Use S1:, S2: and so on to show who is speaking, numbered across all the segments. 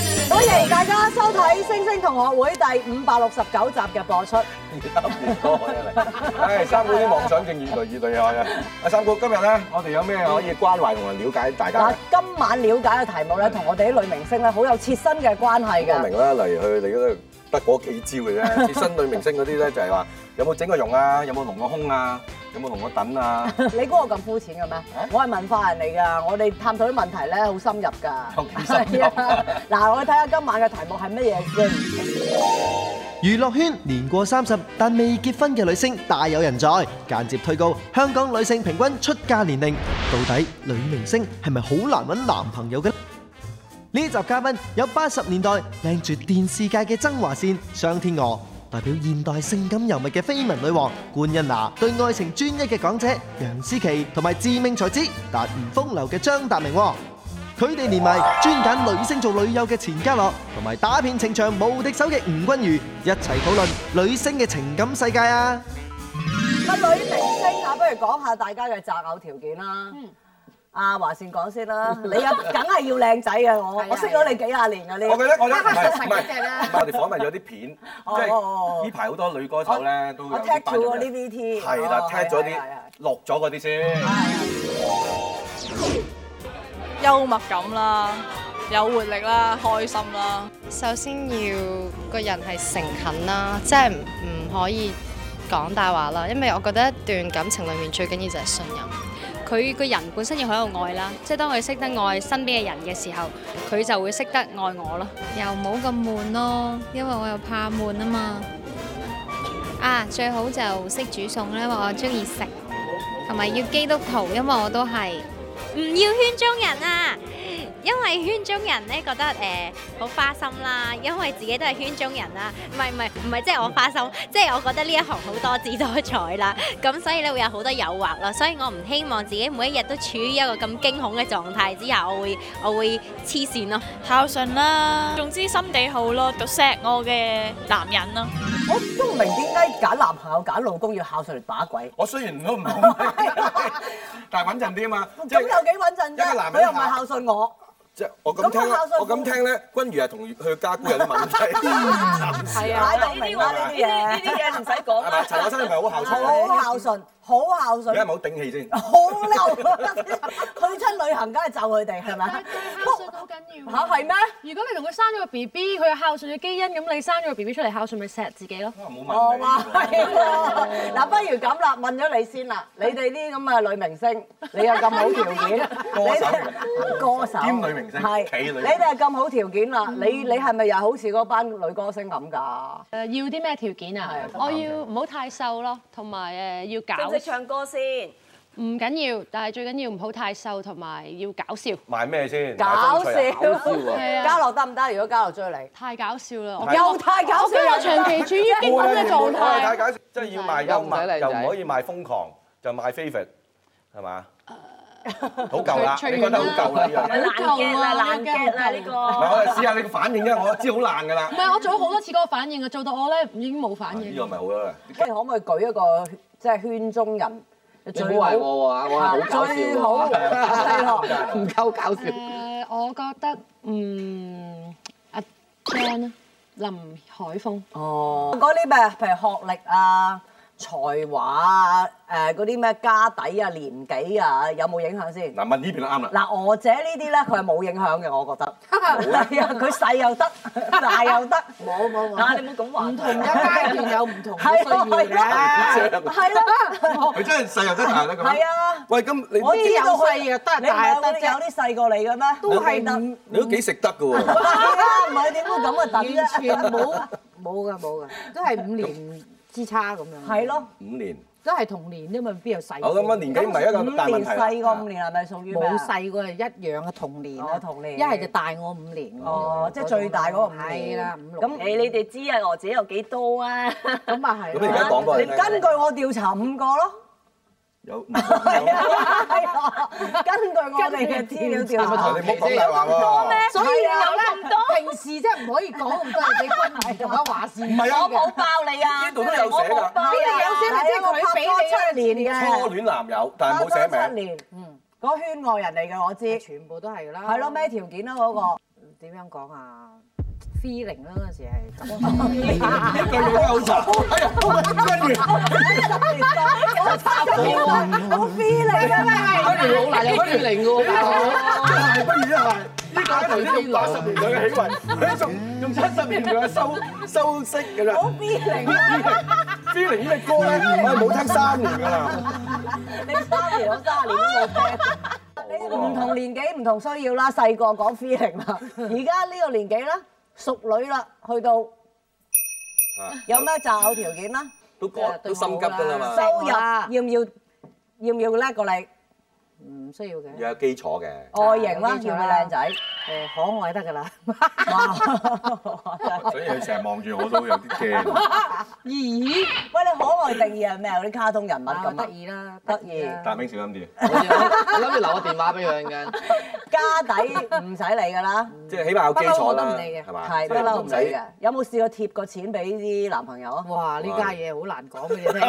S1: 迎大家收睇《星星同學會》第五百六十九集嘅播出。
S2: 唉，三姑啲妄想症越嚟越厲害啊！阿三姑，今日咧，我哋有咩可以關懷同埋了解大家
S1: 嗱
S2: 咧？，
S1: 今晚了解嘅題目咧，同我哋啲女明星咧好有切身嘅關係
S2: 我
S1: 㗎。
S2: 明啦，例如佢哋嗰度得嗰幾招 嘅啫，似新女明星嗰啲咧就係話有冇整過容啊，有冇隆過胸啊，有冇隆過 趸啊？
S1: 你估我咁膚淺嘅咩？我係文化人嚟㗎，我哋探討啲問題咧好深入
S2: 有
S1: 㗎。
S2: 幾深入啊
S1: 係啊嗱，我哋睇下今晚嘅題目係乜嘢先。
S3: 娛樂圈年過三十但未結婚嘅女星大有人在，間接推高香港女性平均出嫁年齡。到底女明星係咪好難揾男朋友嘅呢？呢集嘉賓有八十年代靚絕電視界嘅曾華倩、商天娥，代表現代性感尤物嘅緋聞女王官恩娜，對愛情專一嘅港姐楊思琦，同埋致命才子達唔風流嘅張達明喎。佢哋連埋專揀女星做女友嘅錢嘉樂，同埋打遍情場無敵手嘅吳君如，一齊討論女星嘅情感世界啊！
S1: 個女明星啊，不如講下大家嘅擇偶條件啦。阿華善講先啦，你有梗係要靚仔嘅，我
S4: 係啊
S1: 我識咗你幾廿年㗎
S2: 我
S1: 呢
S2: 記。得我 咧唔係
S4: 實
S2: 唔
S4: 係
S2: 係
S4: 嗰隻啦
S2: 唔係我哋訪問咗啲片，即
S1: 哦
S2: 係呢排好多女歌手咧都有
S1: 我
S2: 啲
S1: t a
S2: 頒
S1: g 咗
S2: 獎
S1: 嗰啲
S2: 嘅
S1: VT。
S2: 係啦
S1: 哦
S2: t 咗
S1: 係係係係
S2: 啲落咗嗰啲先。
S5: 幽默感啦，有活力啦，開心啦。
S6: 首先要個人係誠懇啦，即係唔可以講大話啦，因為我覺得一段感情裡面最緊要就係信任。
S7: 佢個人本身要好有愛啦，即係當佢識得愛身邊嘅人嘅時候，佢就會識得愛我咯。
S8: 又冇咁悶咯，因為我又怕悶啊嘛。啊，最好就識煮餸啦，因為我中意食，同埋要基督徒，因為我都係。
S9: 唔要圈中人啊！因為圈中人咧覺得誒呃好、花心啦，因為自己都係圈中人啦，唔係唔係唔係即係我花心，即係我覺得呢一行好多姿多彩啦，咁所以咧會有好多誘惑咯，所以我唔希望自己每一日都處於一個咁驚恐嘅狀態之下，我會我會黐線咯。
S5: 孝順啦，總之心地好咯，到錫我嘅男人咯。
S1: 我都唔明點解揀男朋友揀老公要孝順嚟把鬼，
S2: 我雖然都唔好 咩，但係穩陣啲啊嘛。即
S1: 咁有
S2: 係
S1: 幾穩陣
S2: 一個
S1: 啫？
S2: 男人
S1: 佢又唔係孝順 我，
S2: 即係我咁聽咧
S1: 咁我孝順，
S2: 我咁聽咧，君如係同佢家姑有啲問題。
S1: 係啊，擺到明啦呢啲嘢，
S5: 嘢唔使講
S2: 係咪？陳可辛係咪好孝順？
S1: 好孝順，好孝
S2: 而家
S1: 順
S2: 係咪，好頂氣先？
S1: 好嬲，啊 去親旅行梗係就佢哋係 咪？啊
S4: 孝順好緊要。
S1: 嚇係咩？
S4: 如果你同佢生咗個 B B，佢有孝順嘅基因，咁你生咗個 B B 出嚟孝順咪錫自己咯。
S2: 冇
S1: 哦，
S2: 問
S1: 哇，係
S2: 題。
S1: 喎！
S2: 哦
S1: 嗱，不如咁啦，問咗你先啦。你哋啲咁嘅女明星，你有咁好條 件，
S2: 歌手
S1: 你哋歌手
S2: 兼女明星企
S1: 係
S2: 女明星
S1: 你哋係咁好條件啦。你你係咪又好似嗰班女歌星咁 㗎？
S4: 誒，呃要啲咩條件啊？我要唔好太瘦咯，同埋呃誒要搞
S1: 唱歌先？
S4: 唔緊要，但係最緊要唔好太瘦，同埋要搞笑，
S2: 賣咩先？
S1: 搞笑
S2: 賣風吹啊
S4: 係
S1: 嘉
S4: 啊，
S1: 樂得唔得？如果嘉樂追你，
S4: 太搞笑啦！我
S1: 又太搞
S4: 我
S1: 笑
S4: 驚
S1: 啦！
S4: 我長期處於激
S2: 冇啦
S4: 動嘅狀
S2: 冇啦太
S4: 態。
S2: 搞笑，即係要賣幽默，又唔可以賣瘋狂，就賣 favorite，係嘛？好 舊啦，
S4: 隨
S2: 你覺得好舊啦呢樣嘢。
S4: 好舊啊！爛 get 啦呢
S2: 唔係，我哋試下你個反應，因為我知好爛㗎啦
S4: 唔。係，我做咗好多次嗰個反應啊，做到我咧已經冇反
S2: 呢
S4: 應。
S2: 個咪好啦。
S1: 你可唔可以舉一個即係圈中人最好？
S10: 我
S1: 啊最好係 咯。
S10: 唔夠搞笑。
S4: 誒，我覺得嗯阿 John 啊林海峰，
S1: 哦，嗰啲咩，譬如學歷啊、才華啊、誒嗰啲咩家底啊、年紀啊，有冇影響先？
S2: 嗱，問呢邊就啱啦。
S1: 嗱，娥姐呢啲咧，佢係冇影響嘅，我覺得。係啊，佢細又得，大又得。冇冇冇。嗱，你唔好咁話。唔同嘅階段有唔同嘅需要嘅。係啦，
S2: 佢真係細又得，大又得咁。
S1: 係。啊。
S2: 喂，咁你
S1: 我知道佢
S10: 有細又得
S1: 你唔係
S10: 大又得
S1: 有啲有啲細過你嘅咩？都係得。
S2: 你都幾食得㗎
S1: 係
S2: 喎？
S1: 啊，唔係點會咁啊？等
S10: 完
S1: 啫。
S10: 全冇冇㗎冇㗎，都係五年之差咁樣。
S1: 係咯，
S2: 五年。
S10: 都係童年啫嘛，邊有細？
S2: 我諗緊年紀唔係一
S1: 五
S2: 個大問
S1: 年
S2: 題啦。
S1: 細過五年係咪屬於咩啊
S10: 冇細個係一樣嘅童年啊
S1: 哦童年
S10: 一係就大我五年咁樣。
S1: 哦，即係最大嗰個五年
S10: 係啦，五六。
S1: 咁你你哋知啊，我自己有幾多啊？
S10: 咁啊係啦。
S2: 咁你而家講過
S1: 你根據我調查五個咯。
S2: 有。
S1: 係啊，係啊，根據我哋嘅資料調查。
S2: 你唔好講大話喎。
S10: 所以有咁多，平時真係唔可以講咁多人哋分同埋話事。唔
S2: 係啊
S1: 我冇爆你啊！
S2: 呢度都有寫㗎
S1: 你
S10: 呢度有寫咪即係佢俾你
S1: 俾你七年嘅，
S2: 初戀男友，但係
S1: 拍
S2: 冇
S1: 拖
S2: 寫
S1: 七
S2: 名。
S1: 年，嗯，嗰圈外人嚟嘅我知。
S10: 嗯全部都係啦。
S1: 係咯，咩條件啊嗰個？
S10: à, 點樣講啊？
S1: feeling 啦，嗰陣時係咁。啊
S11: 好 feel 嚟㗎嘛，好難有 feel 嚟㗎
S10: Ờ.
S11: 喎，
S2: 不如一係呢個一頭用八十年代嘅起圍，你仲用七十年代嘅收收息㗎啦。好
S11: feeling
S2: 啊！feeling 呢隻歌咧，我係冇聽三年㗎啦。
S1: 你三年我三年都冇聽。唔同年紀唔同需要啦，細個講 feeling 啦，而家呢個年紀啦，熟女啦，去到有咩擇偶條件啦？
S2: 都講都心急㗎啦嘛。
S1: 收入要唔要？要唔要叻過你？唔需要嘅。
S2: 要有基礎嘅。
S1: 外形啦，要唔要靚仔？
S10: Ờ,
S1: 誒，可愛得㗎啦。
S2: 所以佢成日望住我都有啲驚。
S1: 咦？喂，你可愛定義係咩？嗰啲卡通人
S10: Ờ,
S1: 物咁得意啦，得意。
S2: 大明小心啲，
S11: 我諗住留個電話俾佢嘅。
S1: 家底唔使理㗎啦。
S2: 即係起碼有基礎啦，係嘛？
S1: 係
S2: 即
S1: 不
S2: 係
S1: 嬲唔
S2: 唔
S1: 理
S2: 使
S1: 嘅。有冇試過貼過錢俾啲男朋友啊？哇！
S10: 呢家嘢
S1: 好難 講俾你聽。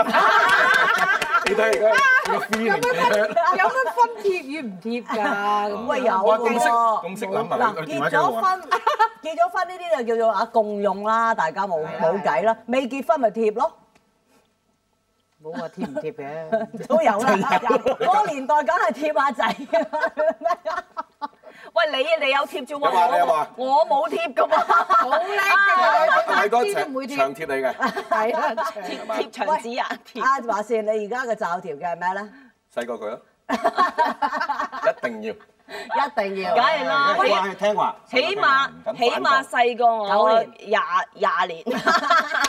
S2: 你睇而家個 feeling
S10: 有乜分貼與唔貼㗎？咁
S1: 喂有
S2: 哇
S1: 喎
S2: 咁識咁識諗啊！
S1: 嗱，
S2: 你個電
S1: 結
S2: 話幾好
S1: 咗
S2: 玩
S1: 婚， 結咗婚呢啲就叫做啊共用啦，大家冇冇計啦。未結婚咪貼咯，
S10: 冇話貼唔貼嘅，
S1: 都有啦。嗰個年代梗係貼阿仔。
S12: 喂，你啊，你有貼住喎，
S2: 有啊你有
S12: 我
S2: 啊
S12: 我冇貼噶喎，好叻
S2: 大哥長長貼你嘅，
S1: 係啊，貼
S12: 貼牆紙啊，
S1: 貼。阿華善，你而家嘅罩條嘅係咩咧？
S2: 細過佢咯，一定要。
S1: 一定要
S12: 梗係啦
S2: 聽話聽話，
S12: 起碼起碼細過我廿廿年，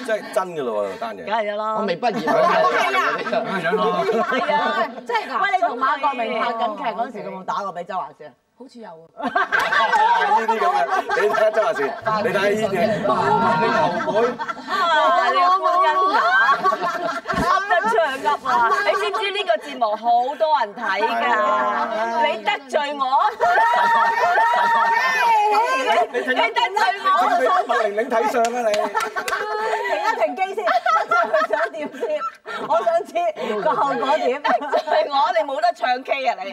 S2: 真係真嘅咯喎，單嘢。
S12: 梗係啦。
S11: 我未畢業，
S1: 係啊，即係
S12: 㗎
S1: 喂，你同馬國明拍緊劇嗰陣時，有冇打過俾周華善？好似有啊。
S2: 呢啲咁嘅，你睇下周華健，你睇下呢啲，你後悔。
S12: 啊！你個婚姻啊，噏得唱噏啊！你知唔知呢個節目好多人睇㗎？你得罪我，你得罪
S2: 你
S12: 我，
S2: 俾麥玲玲睇相啊你！
S1: 停一停機先，佢想點先？我想知個後果點。
S12: 得罪我，你冇得唱 K 啊你！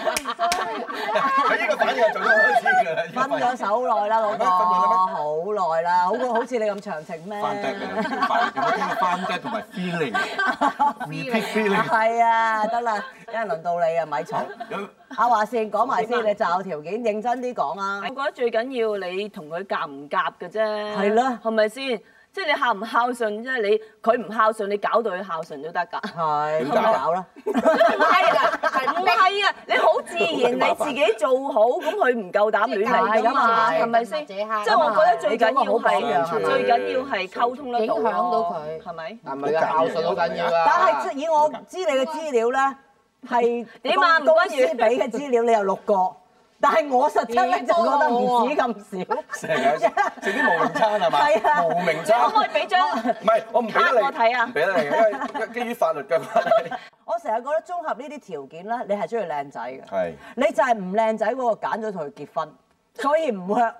S2: 佢呢個反應係做咗開始㗎啦。
S1: 分咗手好耐啦，老婆，好耐啦，好過好似你咁長情咩？
S2: 翻 d 你有冇翻 d 有冇聽過翻 d 同埋 feeling？repeat feeling
S1: 係啊，得啦，一陣輪到你啊，咪嘈。阿華善講埋先，你就條件認真啲講啊。
S12: 我覺得最緊要你同佢夾唔夾嘅啫，
S1: 係啦
S12: 係咪先？即係你孝唔孝順，即係你佢唔孝順，你搞到佢孝順都得㗎。
S1: 係
S12: 點
S1: 點
S12: 搞啊
S1: 搞啦？
S12: 唔係啊！你好自然，你自己做好，咁佢唔夠膽亂嚟㗎嘛，係咪先？即
S1: 啊
S12: 係我覺得最緊要係最緊要係溝通得到，
S10: 影響到
S12: 佢係咪？
S11: 係咪啊？孝順好緊要
S1: 但
S11: 啊！
S1: 係以我知你嘅資料咧， 係
S12: 點啊
S1: 公
S12: 吳
S1: 司
S12: 君如
S1: 俾嘅資料，你有六個，但係我實質咧就覺得唔止咁
S2: 成日食啲無名餐係嘛？
S1: 係啊
S2: 無名
S12: 你可
S2: 餐
S12: 唔。可以俾張
S2: 唔係，我唔俾得你，
S12: 卡我睇啊
S2: 唔俾得你，因為基於法律嘅關係。
S1: 我成日覺得綜合呢啲條件咧，你係中意靚仔嘅，
S2: 係
S1: 你就係唔靚仔嗰個揀咗同佢結婚，所以唔 work。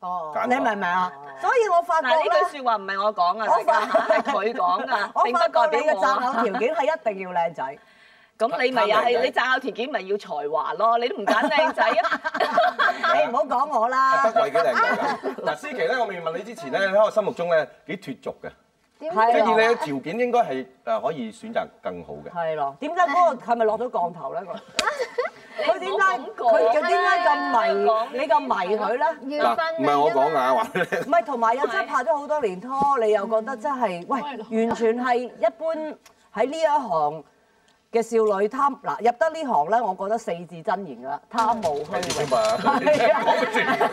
S1: 哦
S12: 揀
S1: 你
S12: 過
S1: 明唔明啊？所以我發
S12: 嗱
S1: 覺
S12: 呢
S1: 咧，
S12: 句説話唔係我講啊，
S1: 我
S12: 大
S1: 發
S12: 家係佢講㗎，並不
S1: 我
S12: 代
S1: 發覺
S12: 表
S1: 你嘅
S12: 我
S1: 擇偶
S12: 啊
S1: 條件係一定要靚 仔。
S12: 咁你咪又係你擇偶條件咪要才華咯？你都唔揀靚仔 啊！
S1: 你唔好講我啦。
S2: 德惠幾靚仔 㗎？嗱，思琪咧，我未問你之前咧，喺我心目中咧幾脱俗嘅，
S1: 點
S2: 即係以你嘅條件應該係誒可以選擇更好嘅。
S1: 係咯，點解嗰個係咪落咗降頭咧？佢佢點解佢佢點解咁迷你咁迷佢咧？
S2: 嗱，唔係我講啊，話
S1: 唔係，同埋又真係拍咗好多年拖，你又覺得真係喂，完全係一般喺呢一行嘅少女貪嗱入得呢行咧，我覺得四字真言㗎啦，貪慕虛
S2: 你知
S1: 榮。
S2: 嘛？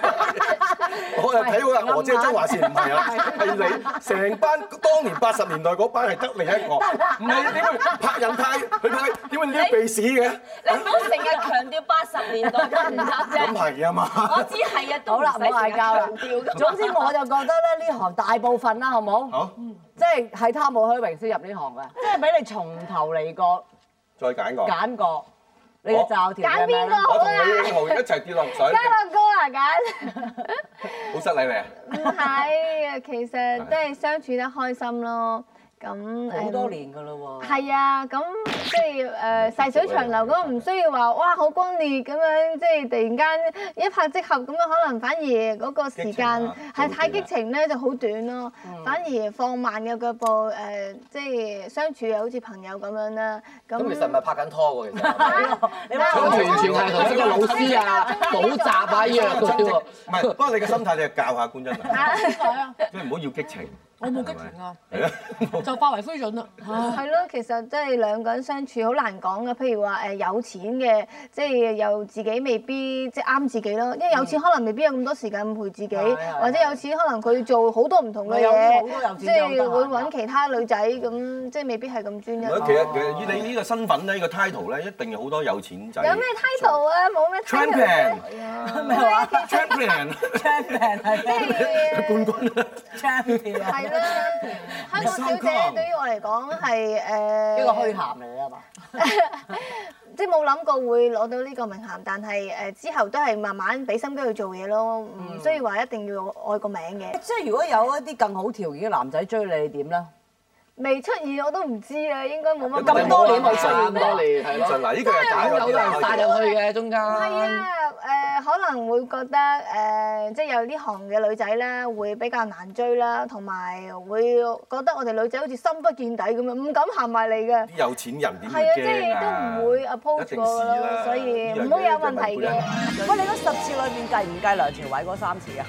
S2: 我就睇好阿何姐周華倩唔係啊，係你成班當年八十年代嗰班係得你一個，唔係點會拍人太佢拍點會撩鼻屎嘅？
S12: 你唔好成日強調八十年代得唔得
S2: 咁
S12: 啫？
S2: 係啊嘛。
S12: 我知係啊，都
S1: 好
S12: 唔
S1: 啦，
S12: 使
S1: 唔
S12: 成
S1: 好
S12: 日
S1: 嗌交啦
S12: 強調㗎。。
S1: 總之我就覺得咧，呢行大部分啦，好冇？
S2: 好，
S1: 即係係貪慕虛榮先入呢行嘅，即係俾你從頭嚟過
S2: 再揀個。
S1: 揀過，你
S2: 哦
S1: 嘅罩條係咩呢
S8: 揀邊個
S2: 我同李永豪一齊跌落水，
S8: 嘉樂哥啊，揀
S2: 好失禮你啊！
S8: 唔係，其實即係相處得開心咯。咁
S1: 好多年㗎啦喎。
S8: 係啊，咁
S13: 即係誒細水長流咁，唔需要話哇好轟烈咁樣，即係突然間一拍即合咁樣，可能反而嗰個時間
S11: 啊
S13: 係太激情咧就好短咯，
S11: 嗯
S13: 反而放慢嘅腳步誒，即係相處又好似朋友咁啊樣啦。
S11: 咁其實唔係拍緊拖 喎，其實。
S13: 你話
S11: 佢完全係頭先個老師啊、補習啊一樣嘅喎。
S2: 唔係，不過你嘅心態你係教下觀眾，即係唔好要激情。
S10: 我冇激情啊，
S2: 係啊，
S10: 就化為灰燼啦。
S13: 係咯，其實即係兩個人相處好難講噶。譬如話誒有錢嘅，即係又自己未必即係啱自己咯。因為
S10: 嗯
S13: 有錢可能未必有咁多時間陪自己，
S10: 啊
S13: 或者有錢可能佢做好多唔同嘅
S10: 有好多
S13: 嘢
S10: 有，
S13: 即
S10: 錢有
S13: 係會揾其他女仔咁，即係未必係咁專一。
S2: 唔係其實其實以你呢個身份咧，呢個 title 咧，一定有好多有錢仔。
S13: 有咩 title 啊？冇咩 title。
S2: 咩話？Champion。Champion 係 冠軍啊！Champion
S13: 係啦，香港小姐對於我嚟講係誒
S10: 呢個虛涵嚟啊嘛。
S13: 即係冇諗過會攞到呢個名銜，但係誒、之後都係慢慢俾心機去做嘢咯，唔、需要話一定要愛個名嘅。
S1: 即係如果有一啲更好條件嘅男仔追你，點咧？
S13: 未出現我都唔知啊，應該冇乜
S1: 咁多年冇出現
S11: 咁多年係咯。
S2: 嗱呢個係假嘅
S11: 有人帶入去嘅中間。
S13: 係啊，誒、可能會覺得誒、即係有呢行嘅女仔咧，會比較難追啦，同埋會覺得我哋女仔好似深不見底咁樣，唔敢行埋嚟 嘅。
S2: 有錢人點會
S13: 係啊，即係都
S2: 驚
S13: 唔
S2: 啊？
S13: 會 approach 我
S2: 一定是
S13: 咯，
S2: 啦
S13: 所以唔好有問題嘅。
S1: 喂，你嗰十次裏面計唔計梁朝偉嗰三次啊？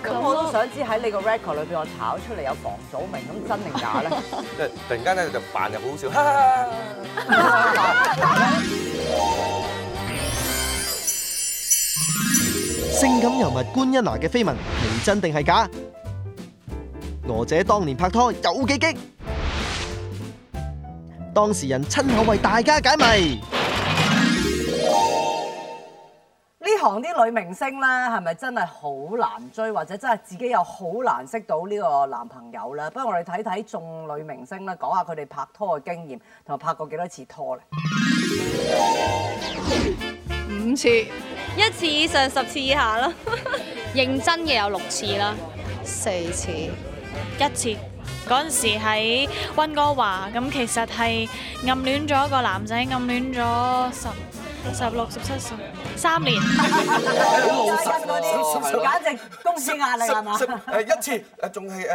S1: 咁我都想知喺你個 record 裏邊，我炒出嚟有房祖名咁真定假咧？
S2: 即係突然間咧就扮又好笑，哈哈
S3: 性感尤物官一娜嘅緋聞係真定係假？娥姐當年拍拖有幾激？當事人親口為大家解謎。
S1: 呢行啲女明星咧，係咪真係好難追，或者真係自己又好難識到呢個男朋友咧？不如我哋睇睇眾女明星咧，講下佢哋拍拖嘅經驗，同埋拍過幾多次拖咧？
S5: 五次，
S9: 一次以上十次以下 咯。
S7: 認真嘅有六次啦，
S6: 四次，
S14: 一次。嗰陣時喺温哥華，咁其實係暗戀咗個男仔，暗戀咗十、十六、十七、十三年。
S2: 老實啊嗰啲
S1: 簡直公司壓力係嘛？
S2: 誒一次誒仲係誒誒誒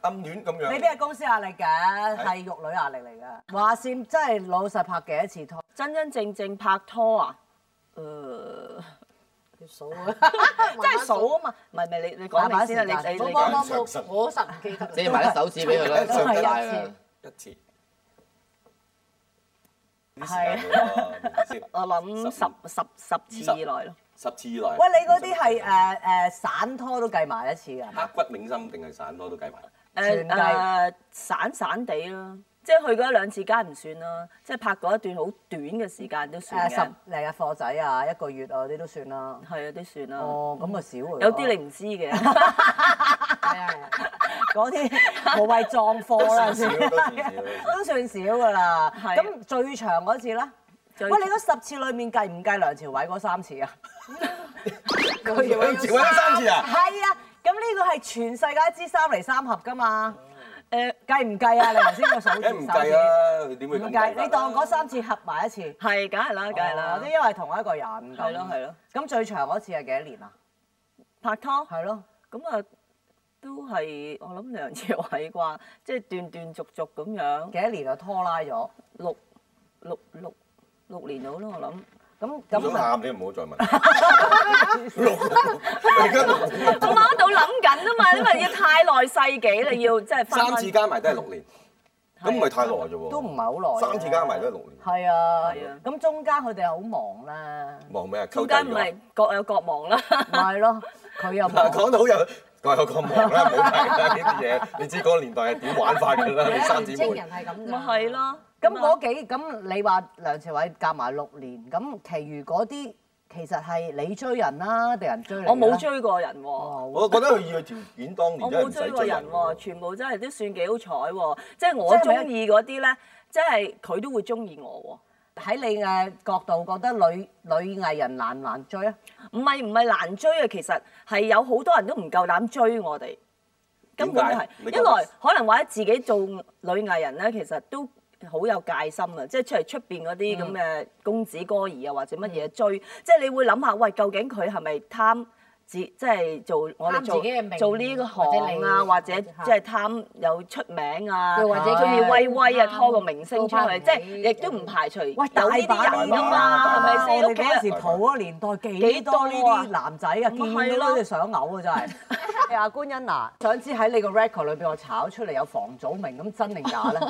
S2: 暗戀咁樣。
S1: 未必係公司壓力嘅，係玉女壓力嚟嘅。話線真係老實拍幾多次拖？
S12: 真真正正拍拖啊？誒、
S1: 要數 啊！
S12: 真係數啊嘛，唔係唔係你你
S1: 慢
S12: 講
S1: 慢
S12: 明先啦，
S1: 時
S12: 你
S1: 間
S12: 你
S1: 冇
S12: 你
S1: 冇
S12: 講
S1: 冇
S12: 先
S1: 冇我實唔記得啊
S11: 你埋啲手指 俾佢啦，
S2: 都係一次
S11: 一次。
S12: 係啊， 我諗十十十次以內咯。
S2: 十次以內。
S1: 喂，你嗰啲係誒誒散拖都計埋一次㗎？
S2: 刻骨銘心定係散多都計埋？
S12: 誒
S1: 全計
S12: 誒散散地啦，即係去嗰一兩次梗唔算啦，即係拍過一段好短嘅時間都算
S1: 誒
S12: 嘅。
S1: 十零日課仔啊，一個月啊嗰啲都算啦。
S12: 係啊，都算啦。
S1: 哦，咁啊少喎。
S12: 有啲你唔知 嘅，
S1: 嗰啲無謂撞貨啦，
S12: 都算少都算少
S1: 都算少㗎啦。咁最長嗰次咧？喂，你嗰十次裏面計唔計梁朝偉嗰三 次啊？
S2: 梁朝偉嗰三次啊？
S1: 係啊，咁呢個係全世界之三嚟三合㗎嘛？誒，計唔計啊？你頭先個數字
S2: 哦 梗唔
S1: 手指
S2: 計啦，佢點會
S1: 唔
S2: 咁
S1: 計，你
S2: 計法
S1: 當
S2: 啊？
S1: 嗰三次合埋一次。
S12: 係梗係啦，梗係啦
S1: 哦。因為同一個人咁。
S12: 係咯係咯。
S1: 咁最長嗰次係幾多年啊？
S12: 拍拖
S1: 係咯，
S12: 咁啊都係我諗梁朝偉啩，即係斷斷續續咁樣。
S1: 幾多年就拖拉咗？
S12: 六六六六年到咯，我諗。
S1: 咁
S2: 咁想喊你唔好再問。六而家六
S12: 我啱度諗緊啊嘛，因為要太耐世紀，你要即係分
S2: 三次加埋都係六年，咁唔係太耐啫喎。
S1: 都唔係好耐
S2: 三次加埋都係六年，
S1: 係啊，咁中間佢哋好忙啦，
S2: 望咩啊？溝
S12: 中
S2: 仔
S12: 間唔係各有各忙啦。
S1: 咪係咯，佢又忙
S2: 嗱，。講到好有各有各忙啦，唔好睇啦呢啲嘢。你知嗰個年代係點玩法㗎啦，你三姊妹。
S1: 係咁
S12: 咪係咯。啊
S1: 咁
S10: 啊
S1: 嗰幾咁你話梁朝偉夾埋六年，咁其餘嗰啲其實係你追人啦，定人追你啦？
S12: 我冇追過人喎。
S2: 我覺得佢以佢條件當年
S12: 我
S2: 真係
S12: 冇
S2: 唔
S12: 追
S2: 使
S12: 過
S2: 追
S12: 人
S2: 人。
S12: 喎，全部真係都算幾好彩喎。即係我
S1: 即係咪
S12: 中意嗰啲咧，即係佢都會中意我
S1: 喺你嘅角度覺得女女藝人難唔難追啊？
S12: 喎。唔係唔係難追啊，其實係有好多人都唔夠膽追我哋。根本
S1: 點
S12: 係
S1: 解你
S12: 一
S1: 覺得
S12: 來可能或者自己做女藝人咧，其實都好有戒心啊！即係出嚟出邊嗰啲咁嘅公子哥兒啊，或者乜嘢追，即係你會諗下，喂，究竟佢係咪貪自即係做我哋
S10: 貪
S12: 做
S10: 自己嘅名
S12: 做呢個行啊，或者即係貪有出名啊，
S10: 又或者
S12: 中意
S10: 佢
S12: 威威啊，拖個明星出去，即係亦都唔排
S1: 啊
S12: 除有呢啲人㗎嘛，係咪先？
S1: 我哋嗰陣時抱嗰年代幾多呢啲男仔啊，見到都想嘔啊真係。係啊，官恩娜，想知喺你個 record 裏邊我炒出嚟有房祖名咁真定假咧？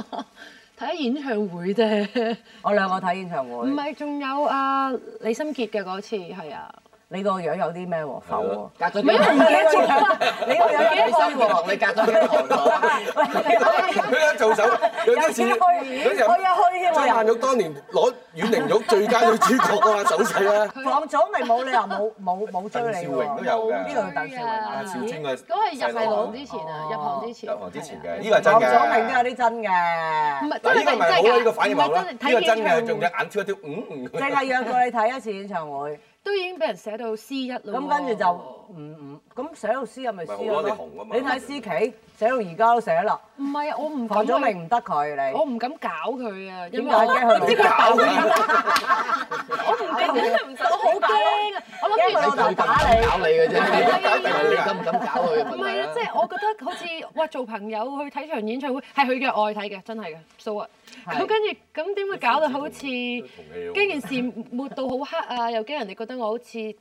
S4: 睇演唱會啫，
S1: 我兩個睇演唱會，
S4: 唔係仲有啊李心潔嘅嗰次係啊。
S1: 你個樣有啲咩喎？浮喎，
S11: 隔咗
S4: 唔係因為唔記得咗啦
S1: 你個樣有啲
S11: 生
S1: 衰
S11: 活
S1: 喎。
S11: 同你隔咗幾行
S2: 佢一做手，有一次，
S1: 有
S2: 有
S1: 啲虛虛一虛添喎
S2: 張曼玉當年攞阮玲玉最佳女主角嗰個手勢啦。
S1: 放咗咪冇理由冇冇冇追
S2: 鄧
S1: 你
S2: 兆
S1: 喎。
S2: 榮都有嘅
S1: 呢個係鄧兆榮
S2: 啊，
S1: 啊。哦
S2: 小尖嘅
S4: 嗰係入
S2: 細佬
S4: 行之前啊，入行之前啊
S2: 入。行之前嘅，呢個係真
S1: 放咗明
S2: 嘅。
S1: 都有啲真嘅。
S4: 唔係
S2: 嗱，呢個咪好啦，呢個反應好啦，
S4: 唔
S2: 呢
S4: 係真係睇
S2: 個真
S4: 演唱會
S2: 嘅，仲有眼跳一跳，嗯嗯。
S1: 淨係約過你睇一次演唱會，
S4: 都已經俾人寫到 C 一啦喎。
S1: 咁跟住就唔唔，咁寫到 C 啊咪 C
S2: 咪好
S1: 咯
S2: 咯你紅啊嘛
S1: 你睇思琪寫到而家都寫啦，
S4: 唔係啊，我唔
S1: 放
S4: 敢
S1: 咗
S4: 去
S1: 明唔得佢你。
S4: 我唔敢搞佢啊，因
S1: 點
S4: 為
S1: 解
S4: 我
S1: 驚佢
S4: 知佢
S1: 老豆？
S4: 我唔敢，唔我好驚啊！我諗
S1: 驚
S4: 住
S1: 佢老豆打你。
S11: 搞你嘅啫，你敢唔敢搞佢嘅問
S4: 啊唔係
S11: 題
S4: 啊，即係我覺得好似哇，做朋友去睇場演唱會係佢約我去睇嘅，真係嘅，so what？咁跟住咁點會搞到好似
S2: 喎
S4: 跟件事抹到好黑啊？又驚人哋覺得我好似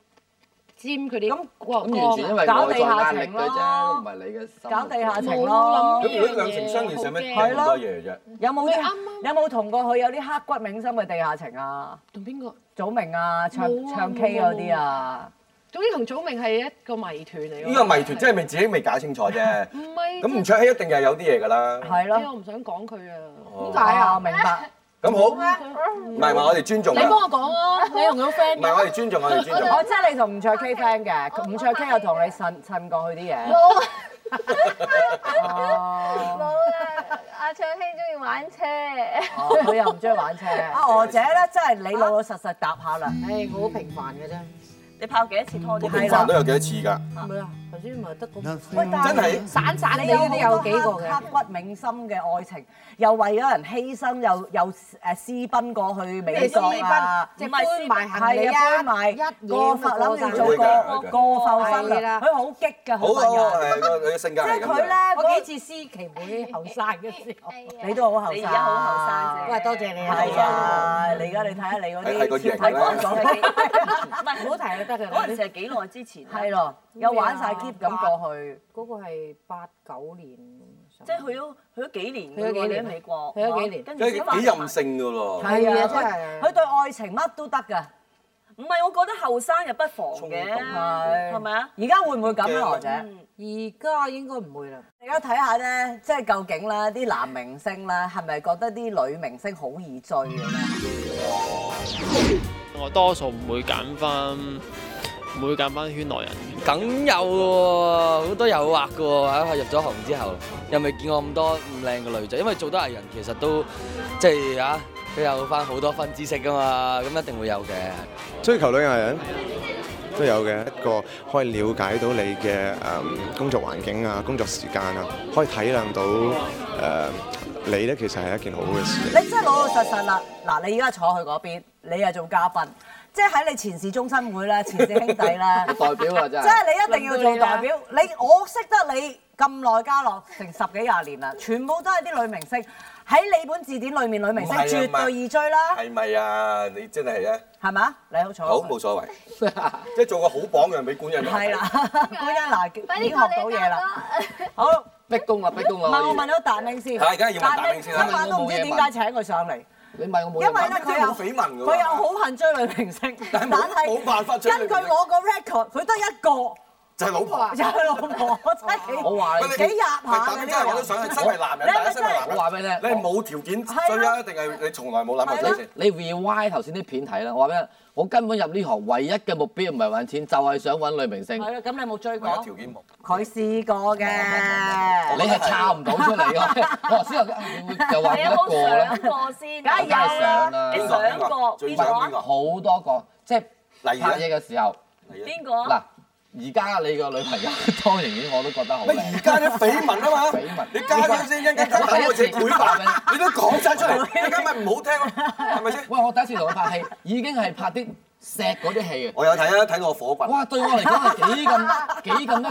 S4: 沾佢哋咁
S11: 咁完全因為
S4: 搞
S11: 我
S4: 地
S11: 在壓
S4: 下
S11: 力
S4: 情
S11: 嘅
S4: 咯
S11: 啫，唔。係你嘅心。
S1: 搞地下情
S4: 冇
S1: 咯
S4: 諗。
S2: 咁如果兩情相願，使乜聽咁多嘢啫？
S1: 有冇有冇同過佢有啲刻骨銘心嘅地下情啊？
S4: 同邊個？
S1: 祖明啊，唱
S4: 冇啊
S1: 唱 K 嗰啲啊，
S4: 總之同祖明係一個謎團嚟㗎。
S2: 呢個謎團真係未自己未搞清楚啫。
S4: 唔係
S2: 咁吳卓羲一定係有啲嘢㗎啦。
S1: 係
S4: 因為
S1: 咯。
S4: 我唔想講佢啊。
S2: 哦
S1: 解啊？我明 白。
S2: 咁好，唔係唔係，我哋尊重
S4: 你
S2: 啊。
S4: 幫我講啊，你同佢
S2: 唔
S4: friend
S2: 係我哋尊重，我哋尊重。
S1: 我即係你同吳卓 K friend 嘅，吳卓 K 有同你襯襯過佢啲 嘢。
S13: 冇
S1: 哦
S13: 冇啦，阿卓希中意玩車。
S1: 哦佢又唔中意玩車。啊，娥姐咧，真係你老老實實答下啦。
S10: 唉，我好平凡嘅啫。
S12: 你拍幾多次拖
S2: 我
S12: 啲
S2: 平凡都有幾多次㗎？
S10: 唔係啊，頭先咪得個。
S1: 喂，但
S2: 真係
S10: 散散
S1: 你
S10: 地
S1: 有
S10: 嗰啲
S1: 好
S10: 有
S1: 多
S10: 幾個嘅。
S1: 刻骨銘心嘅愛情，又為咗人犧牲，又又誒私奔過去美國啊，
S10: 即係搬埋行李
S1: 係
S10: 啊，
S1: 啊，搬埋
S10: 一
S1: 過分諗住做過過分生啦，佢好激㗎，
S2: 好
S1: 佢
S2: 好好
S1: 份人。
S2: 誒，個佢嘅性格
S1: 即
S2: 係
S1: 係
S2: 咁
S1: 佢
S2: 樣
S1: 咧。，
S10: 我
S1: 嗰
S10: 幾次思琪妹後生嘅時候，
S1: 你都好後生，
S12: 你而家好後生啫
S10: 喂，多謝你啊！
S1: 係啊，你而家你睇下你嗰
S2: 係係個
S1: 啲
S2: 型
S1: 超體
S2: 啦
S1: 廣告
S12: 唔係
S10: 唔好提佢得
S12: 嗰陣
S10: 嘅
S12: 時。 係幾耐之前啊？
S1: 係咯，又玩晒 keep 咁過去，
S10: 嗰個係八九年，
S12: 即係去咗去咗幾年
S10: 去咗
S12: 㗎
S10: 幾
S12: 喎，你
S10: 年
S12: 喺美國，
S10: 去咗幾年
S12: 跟
S2: 即
S12: 住先
S2: 係
S12: 慢
S2: 幾任性㗎咯。
S10: 係啊，真
S1: 佢
S10: 係。
S1: 佢對愛情乜都得㗎，
S12: 唔係，我覺得後生又不妨嘅，
S1: 係
S12: 係咪啊？
S1: 而家會唔會咁啊，娥姐？
S10: 而家應該唔會啦。
S1: 而家睇下咧，即係究竟咧啲男明星咧，係咪覺得啲女明星好易追嘅咧？
S15: 我多數唔會揀翻，唔會揀翻圈內人。
S16: 梗有喎，好多誘惑嘅喎，喺入咗行之後，又未見過咁多咁靚嘅女仔，因為做得藝人其實都即係嚇，都有翻好多分知識噶嘛，咁一定會有嘅。
S17: 追求女藝人都有嘅一個可以了解到你嘅誒、嗯工作環境啊、工作時間啊，可以體諒到誒、你咧，其實係一件好嘅事。
S1: 你真係老老實實啦，嗱，你而家坐佢嗰邊，你係做嘉賓，即係喺你前事中心會 啦、前事兄弟啦，
S11: 代表啊
S1: 即
S11: 真係。
S1: 係你一定要做代表。你我識得你咁耐家樂，成十幾廿年啦，全部都係啲女明星。喺你本字典裏面，女明星
S2: 唔係啊唔
S1: 絕
S2: 係
S1: 對易追啦，
S2: 係咪啊？你真係啊！
S1: 係咪啊？你好坐
S2: 好
S1: 佢
S2: 冇所謂，即係做個好榜樣俾管人。
S1: 係啦， 官恩娜已經學到嘢啦。好，
S11: 逼供
S10: à,
S11: 啦，逼供
S1: 唔
S11: 啦。
S1: 係我問咗達明先，
S2: 係梗係要問達明先啦
S1: 今晚都唔知點解請佢上嚟，
S11: 你問我
S1: 因為
S11: 冇嘢問。
S1: 咧佢又
S2: 冇緋聞㗎喎
S1: 佢又好恨追女明星，但
S2: 係冇冇辦法追女
S1: 根
S2: 明
S1: 據
S2: 星
S1: 我個 record，佢得一個，
S2: 就係老婆。
S1: 就係老婆，真係
S11: 我話你
S1: 幾廿下
S2: 係
S1: 嘅
S2: 真
S1: 呢
S2: 係
S1: 個
S2: 我都
S1: 人。
S2: 想係身為男人，
S1: 你係咪
S2: 但係身為男人，
S11: 我話俾你聽
S2: 你係冇條件追啊，定係你從來冇諗過追先？
S11: 你 rewind 頭先啲片睇啦，我話俾你聽，我根本入呢行唯一嘅目標唔係揾錢，就係想揾女明星。
S1: 係咯，咁你有冇追過？
S2: 條件冇。
S1: 佢試過嘅，À,
S11: 你係抄唔到出嚟嘅，我頭先又又話
S12: 你
S11: 一
S12: 有冇
S11: 個
S12: 想
S11: 啦，
S12: 過先？
S1: 梗係
S11: 梗係
S1: 有
S11: 想
S1: 啦，
S11: 啦，
S12: 你想過
S2: 最
S12: 邊
S2: 想
S12: 個
S2: 邊
S12: 啊？
S2: 個？
S11: 好多個，即係
S2: 例如
S11: 拍嘢嘅時候
S2: 咧
S12: 邊個啊？
S11: 嗱，
S10: 而家你個女朋友 當然我都覺得好靚。
S2: 加啲緋聞啊嘛，你加咗先，一陣間等我自己攰埋，你都講晒出嚟，一陣間咪唔好聽咯，係咪先？
S10: 喂，我第一次同佢拍戲，已經係拍啲錫嗰啲戲啊。
S2: 我有睇啊，睇過火棍。
S10: 哇，對我嚟講係幾 咁幾咁一件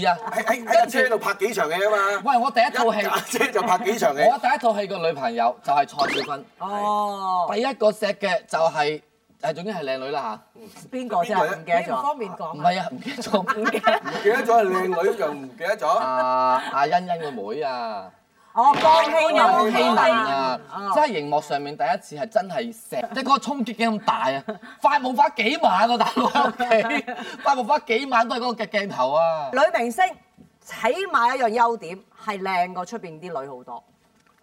S10: 事啊！
S2: 喺喺喺架車度拍幾場戲啊嘛。
S10: 喂，我第一套戲
S2: 架車就拍幾場戲。
S10: 我第一套戲個女朋友就係蔡少芬。
S1: 哦。
S10: 第一個錫嘅就係。誒，總之係靚女啦
S1: 嚇。邊個啫？唔記得咗。
S18: 方便講。
S10: 唔係啊，唔記得咗。唔記得。
S2: 唔記得咗係靚女，就唔記得咗。
S10: 啊，阿欣欣個妹啊。
S1: 哦，江希文。
S10: 江希文啊，即係熒幕上面第一次係真係錫，即係嗰個衝擊幾咁大啊！快冇花幾晚啊，大佬，OK，快冇花幾晚都係嗰個嘅鏡頭啊。
S1: 女明星起碼一樣優點係靚過出邊啲女好多。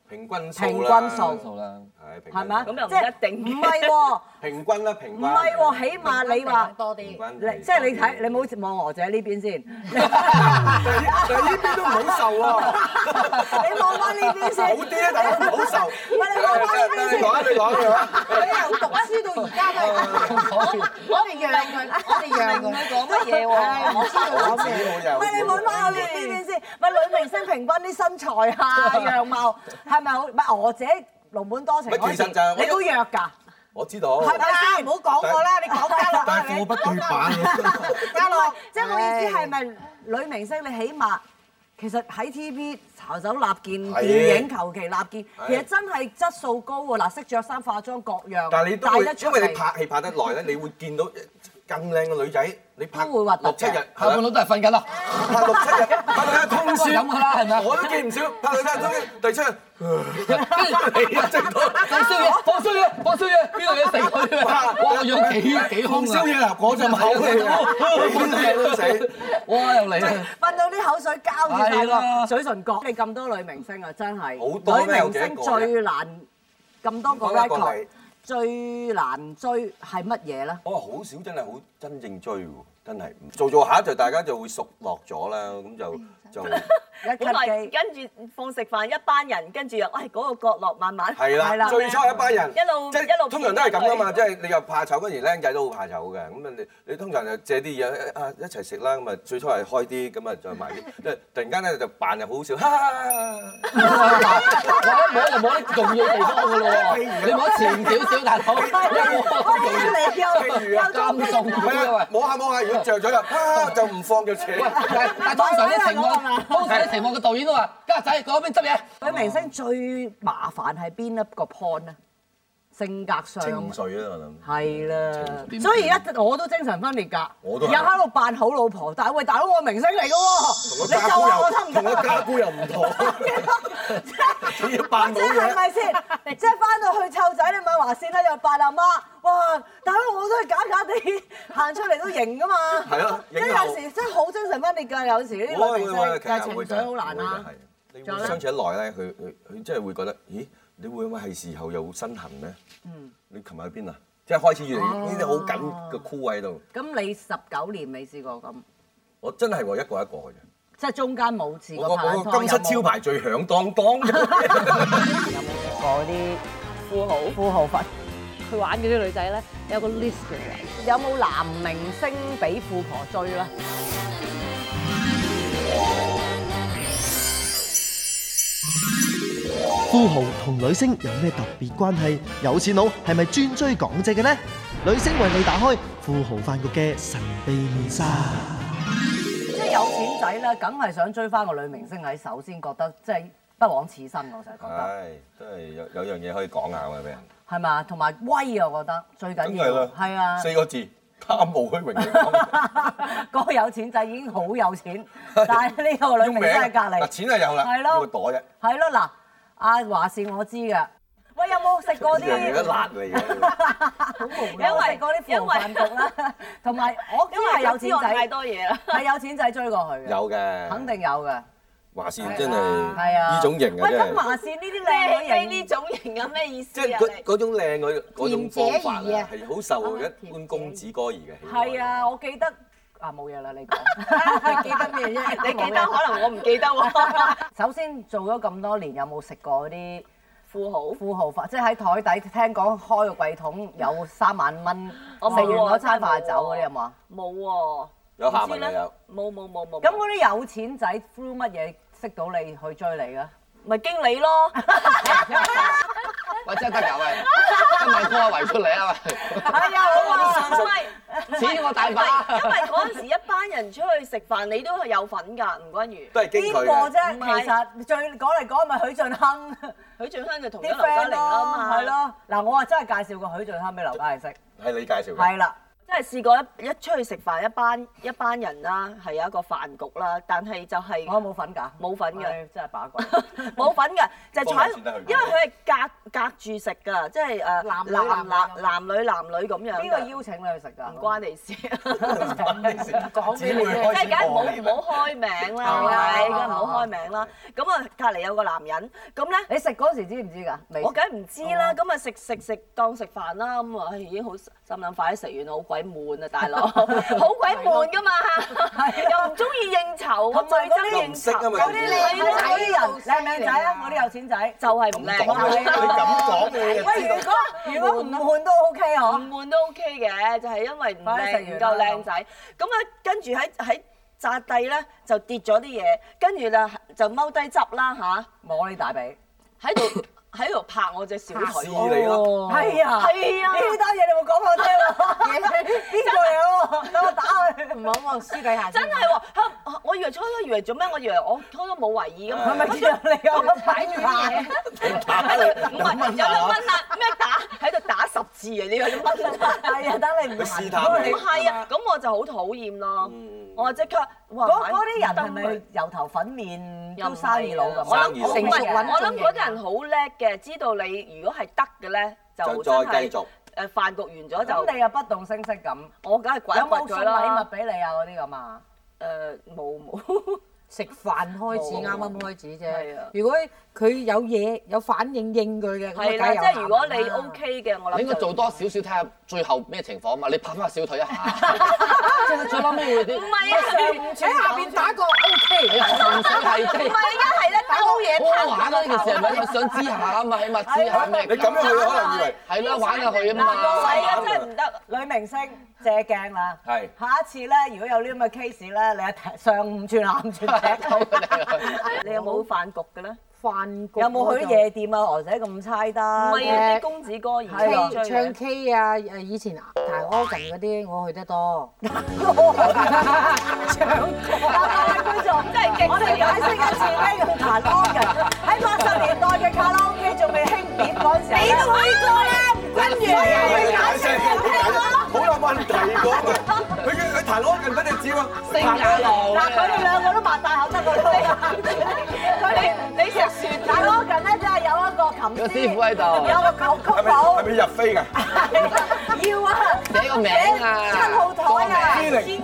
S2: 平均數
S1: 平均
S2: 數
S10: 啦，
S2: 係
S1: 係咪啊？
S12: 咁又唔
S1: 即係
S12: 一定
S1: 唔係喎。
S2: 平均啦，平
S1: 唔
S2: 均。
S1: 係喎，起碼你話
S18: 多
S1: 啲，
S2: 你
S1: 即係你睇，你唔好望娥姐呢邊先，
S2: 但係呢邊都唔好受喎。
S1: 你望翻呢邊先，
S2: 好啲啊，大佬唔好受。
S1: 喂，你望翻呢邊
S2: 你
S1: 先。
S2: 講啊，你講啊，你講啊。
S18: 佢由讀書到而家都係，我哋讓佢，我哋讓佢講乜嘢喎？唔知道講咩。
S1: 喂，你望翻我呢呢邊先。喂，女明星平均啲身材啊、樣貌係咪好？唔係娥姐龍本多情嗰
S2: 喂其實就
S1: 時
S2: 係，我
S1: 你都弱㗎，
S2: 我知道。
S1: 係咪先？
S18: 唔好講我啦，你講家樂
S2: 但
S18: 啦，
S2: 係
S18: 你
S2: 貨不對版
S1: 嘉樂，即係我意思係咪女明星你起碼其實喺 TV 查手立見，
S2: 係
S1: 電影求其立見，
S2: 係
S1: 其實真係質素高喎。嗱，識着衫、化妝各樣，
S2: 但係你都
S1: 戴
S2: 會
S1: 得，出
S2: 因為你
S1: 嚟
S2: 拍戲拍得耐咧，你會見到更靚嘅女仔，你拍
S1: 都會核突
S2: 六七
S1: 嘅
S2: 日，
S10: 下半
S2: 係
S10: 佬
S2: 咪？
S10: 都係瞓緊啦。
S2: 拍六七日，拍到一通宵
S10: 飲㗎啦係咪啊
S2: 我都見唔少，拍到一通宵，第七日，
S10: 跟
S2: 你啊最多。
S10: 放宵夜，放宵夜，放宵夜，邊度嘢食佢啊？哇，個樣幾幾
S2: 放
S10: 兇啊！
S2: 宵夜啦，我就冇你啦，本地都死。
S10: 哇，又嚟啦！
S1: 瞓到啲口水膠住晒
S10: 係啦
S1: 個嘴唇角。你咁多女明星啊，真係
S2: 好多
S1: 女
S2: 咩有
S1: 明
S2: 幾
S1: 星
S2: 多個啫
S1: 最難咁多個
S2: 咁多一個
S1: record
S2: 係。
S1: 最難追係乜嘢咧？
S2: 我好少真係好真正追喎，真係做做下就大家就會熟落咗啦，咁就就
S1: 本
S12: 來跟住放食飯一班人，跟住又喂嗰個角落慢慢
S2: 係啦。最初係一班人，
S12: 一路
S2: 即
S12: 一路
S2: 係通常都係咁噶嘛，即係你又怕醜嗰時，僆仔都好怕醜嘅。咁啊，你你通常就借啲嘢啊一齊食啦，咁啊最初係開啲，咁啊 再買啲，即係突然間咧就扮又好好笑，哈哈哈哈
S10: 嗱，你摸就摸啲重要地方噶咯喎，你摸前少少，大佬，你
S2: 譬如啊，
S10: 咁重 要啊！
S2: 摸下摸下，如果着咗就啊就唔放就扯。
S10: 喂，但但通常嘅情況，通常嘅情況，個導演都話：家仔嗰邊執嘢。
S1: 女明星最麻煩係邊一個 point 咧？性格上
S2: 情緒啊，我諗。
S1: 係啦
S2: 情緒，
S1: 所以而家我都精神分裂㗎，
S2: 我都係
S1: 又喺度扮好老婆，但係喂大佬我明星嚟㗎喎，
S2: 我
S1: 你就話我得唔
S2: 同
S1: 得
S2: 我
S1: 啊？
S2: 家姑又唔同， 仲要扮
S1: 即
S2: 冇
S1: 係
S2: 嘢。
S1: 咪 先？即係翻到去湊仔，你咪話先啦，又扮阿媽。哇！大佬我都係假假地 行出嚟都型噶嘛。
S2: 係咯
S1: 即
S2: 影
S1: 係有時真係好精神分裂㗎，有時呢
S2: 喂
S1: 啲女
S2: 喂
S1: 明
S2: 喂，
S1: 星
S2: 其
S1: 但係
S2: 實
S1: 情
S2: 會
S1: 緒好難啊。
S2: 係，你會相處得耐咧，佢佢佢真係會覺得，咦？你會唔會係時候有身痕咧？
S1: 嗯，
S2: 你琴日去邊啊？即係開始越嚟越呢啲好緊嘅箍喺度。
S1: 咁你十九年未試過咁，
S2: 我真係我一個一個嘅啫。
S1: 即係中間冇試
S2: 我
S1: 過拍
S2: 個
S1: 拖
S2: 我個金
S1: 有
S2: 漆
S1: 冇
S2: 招牌最響當當
S1: 嗰啲
S12: 富豪
S1: 富豪粉。
S12: 佢玩嗰啲女仔咧，有個 list 嘅。
S1: 有冇男明星俾富婆追咧？
S3: 富豪同女星有咩特別關係？有錢佬係咪專追港姐嘅呢？女星為你打開富豪飯局嘅神秘面紗。
S1: 即係有錢仔咧，梗係想追翻個女明星喺手先，覺得即係不枉此生。我成日覺得
S2: 唉，真係有有樣嘢可以講下嘅俾人。
S1: 係嘛，同埋威啊，我覺得最緊
S2: 梗係
S1: 要
S2: 啦，
S1: 嗯係啊。
S2: 四個字貪慕虛榮嚟講。
S1: 嗰個有錢仔已經好有錢，但係啊呢個女明星喺隔
S2: 嗱，
S1: 離，
S2: 錢係有啦，
S1: 係
S2: 要個
S1: 咯，
S2: 袋啫。
S1: 係咯嗱，阿華是我知嘅。喂，有冇食過啲？
S2: 呢樣嘢都辣嚟嘅。
S1: 因為嗰啲富豪飯局啦，同埋我因
S12: 因為
S1: 係有
S12: 我知
S1: 錢
S12: 我
S1: 仔，
S12: 太多嘢啦
S1: 係有錢仔追過去嘅，
S2: 有嘅
S1: 肯定有嘅。
S2: 華善真係
S1: 係啊
S2: 呢種型嘅
S1: 喂，
S2: 真
S1: 咁
S2: 係。
S1: 華善呢啲靚女型，呢
S12: 種型有咩意
S2: 即
S12: 思
S2: 係
S12: 啊？
S2: 嗰嗰種靚嗰嗰種方法
S1: 甜姐兒
S2: 啊
S1: 啊，
S2: 係好受一般公子哥兒嘅喜愛。
S1: 係啊，我記得啊冇嘢啦，你講。記得咩啫？
S12: 你記得可能我唔記得喎。
S1: 首先做咗咁多年，有冇食過嗰啲
S12: 富豪
S1: 富豪飯？即係喺台底聽講 開個櫃桶有三萬蚊，
S12: 我
S1: 食
S12: 冇
S1: 完
S12: 喎
S1: 嗰餐
S12: 真係冇
S1: 飯就走嗰啲有冇啊？
S12: 冇喎，
S2: 有下文啊有。
S12: 冇冇冇冇。
S1: 咁嗰啲有錢仔 through 乜嘢識到你去追你噶？
S12: 咪經理咯。
S11: 喂，真係得㗎喂，今日哥圍出嚟啊
S12: 係啊，好啊，唔係
S11: 錢我大把
S12: 因為嗰陣時一班人出去食飯，你都係有份㗎，吳君如。
S2: 都係經
S1: 邊
S2: 佢
S1: 個
S2: 嘅。
S1: 啫？
S12: 唔係
S1: 其實最講嚟講咪許俊亨
S12: 許俊亨就同
S1: 啲
S12: 咗劉嘉
S1: friend
S12: 玲啦
S1: 咯，
S12: 嘛。
S1: 係。咯。嗱，我啊真係介紹過許俊亨俾劉嘉玲識，
S2: 係你介紹嘅。
S1: 係啦。
S12: 真係試過一一出去食飯，一班一班人啦，係有一個飯局啦，但係就係、
S1: 我冇份㗎，
S12: 冇份嘅，
S1: 真係把鬼，
S12: 冇份㗎，就坐喺
S1: 幫我剪得佢，
S12: 因為佢係隔隔住食㗎，即係誒
S1: 男女
S12: 男
S1: 男
S12: 男男女男女咁樣 㗎。
S1: 邊個邀請你去食㗎？
S12: 唔關你事，
S1: 講俾你聽
S12: 即係梗係唔好唔好開名啦，係啊咪？梗係唔好開名啦。咁啊，隔離有個男人，咁咧
S1: 你食嗰時知唔知㗎？未
S12: 我梗係唔知啦，咁啊食食食當食飯啦，咁啊唉已經好心諗快啲食完啦，好鬼悶啊大佬， 好鬼悶噶嘛，又唔中意應酬，我最憎應酬，
S1: 嗰啲靚仔嗰啲人，靚唔靚仔啊？我啲有錢仔
S12: 就係唔靚
S1: 喂，如果如果唔換都 OK
S12: 唔
S1: 嗬？
S12: 悶都 OK 嘅，就係因為唔
S1: 快啲食完
S12: 靚唔
S1: 啦
S12: 夠靚仔。咁啊，跟住喺喺扎地咧就跌咗啲嘢，跟住咧就踎低執啦吓，
S1: 摸你大髀，
S12: 喺度 喺度拍我隻小腿。
S1: 你咯啊係啊，
S12: 係啊
S1: 呢單嘢你冇講俾我聽 喎，邊個嚟喎？等我打佢，
S10: 唔好我私底下
S12: 真係喎，嚇我以為初初以為做咩？我以為我初初冇懷疑咁，
S1: 係咪知道你咁擺住
S12: 嘢？ 唔係
S1: 啊
S12: 有得掹啦，咩打喺度打十字啊？ 你有得掹啦，
S1: 係啊，等你唔
S2: 佢
S1: 行
S2: 試探你
S12: 唔係啊，咁我就好討厭咯，我即刻哇
S1: 嗯嗰嗰啲人係咪油頭粉面都生意佬咁？
S12: 我諗
S1: 成
S12: 唔
S1: 熟
S12: 係
S1: 穩
S12: 我諗嗰啲人好叻嘅，知道你如果係得嘅咧，就
S2: 就
S12: 真
S2: 再
S12: 係
S2: 繼續
S12: 誒飯局完咗
S1: 咁
S12: 就
S1: 你又不動聲色咁，
S12: 我梗係
S1: 有
S12: 滾一
S1: 冇
S12: 滾
S1: 送
S12: 佢
S1: 禮物
S12: 啦。
S1: 俾你啊？嗰啲咁啊？
S12: 誒冇 冇，
S10: 食飯開始，
S12: 冇
S10: 啱啱開始
S12: 係
S10: 啫
S12: 啊。
S10: 如果佢有嘢有反應應佢嘅，咁
S12: 係
S10: 梗
S12: 啦，
S10: 有
S12: 即係如果
S10: 男
S12: 你
S10: 啦
S12: OK 嘅，我諗
S11: 你應該
S12: 就
S11: 做多少少睇下最後咩情況啊 嘛，你拍翻小腿一下，即係最嬲尾會啲。
S12: 唔係啊，
S10: 喺下邊打個 OK，
S11: 係啊純粹係即係
S12: 唔係啊，係咧
S10: 打
S12: 兜嘢拍
S11: 好玩啦！呢件事係咪我想知下啊嘛？起碼知下咩？
S2: 你咁樣佢可能以為
S11: 係啦，玩下佢啊嘛。
S1: 嗱，各位啊，
S12: 真係唔得。
S1: 女明星借鏡啦，
S2: 係
S1: 下一次咧，如果有呢咁嘅 case 咧，你一上唔住攬住
S12: 啊你有冇飯局嘅咧？
S10: 飯局
S1: 有冇去啲夜店啊？或者咁猜得？
S12: 唔係啊，
S10: 誒
S12: 啲公子哥而
S1: 係啊
S12: 家
S10: 唱唱 K 啊，誒以前大 organ 嗰啲我去得多。
S1: 我哋解釋一次咩叫彈 organ。喺八十年代嘅卡拉 OK 仲未興點嗰陣時，
S12: 你都去過啦
S1: 吳君
S2: 好有問題講啊！佢佢彈攞近俾你知喎，
S11: 聖雅路
S1: 嗱，佢哋兩個都擘大口得個窿佢哋
S12: 你食雪
S1: 彈 organ 咧，真係有一個琴
S11: 有師傅喺度
S1: 有個琴曲
S2: 係咪
S1: 譜
S2: 係。咪入飛㗎？
S1: 要啊！
S11: 寫個名啊
S1: 七號台啊！
S2: Feeling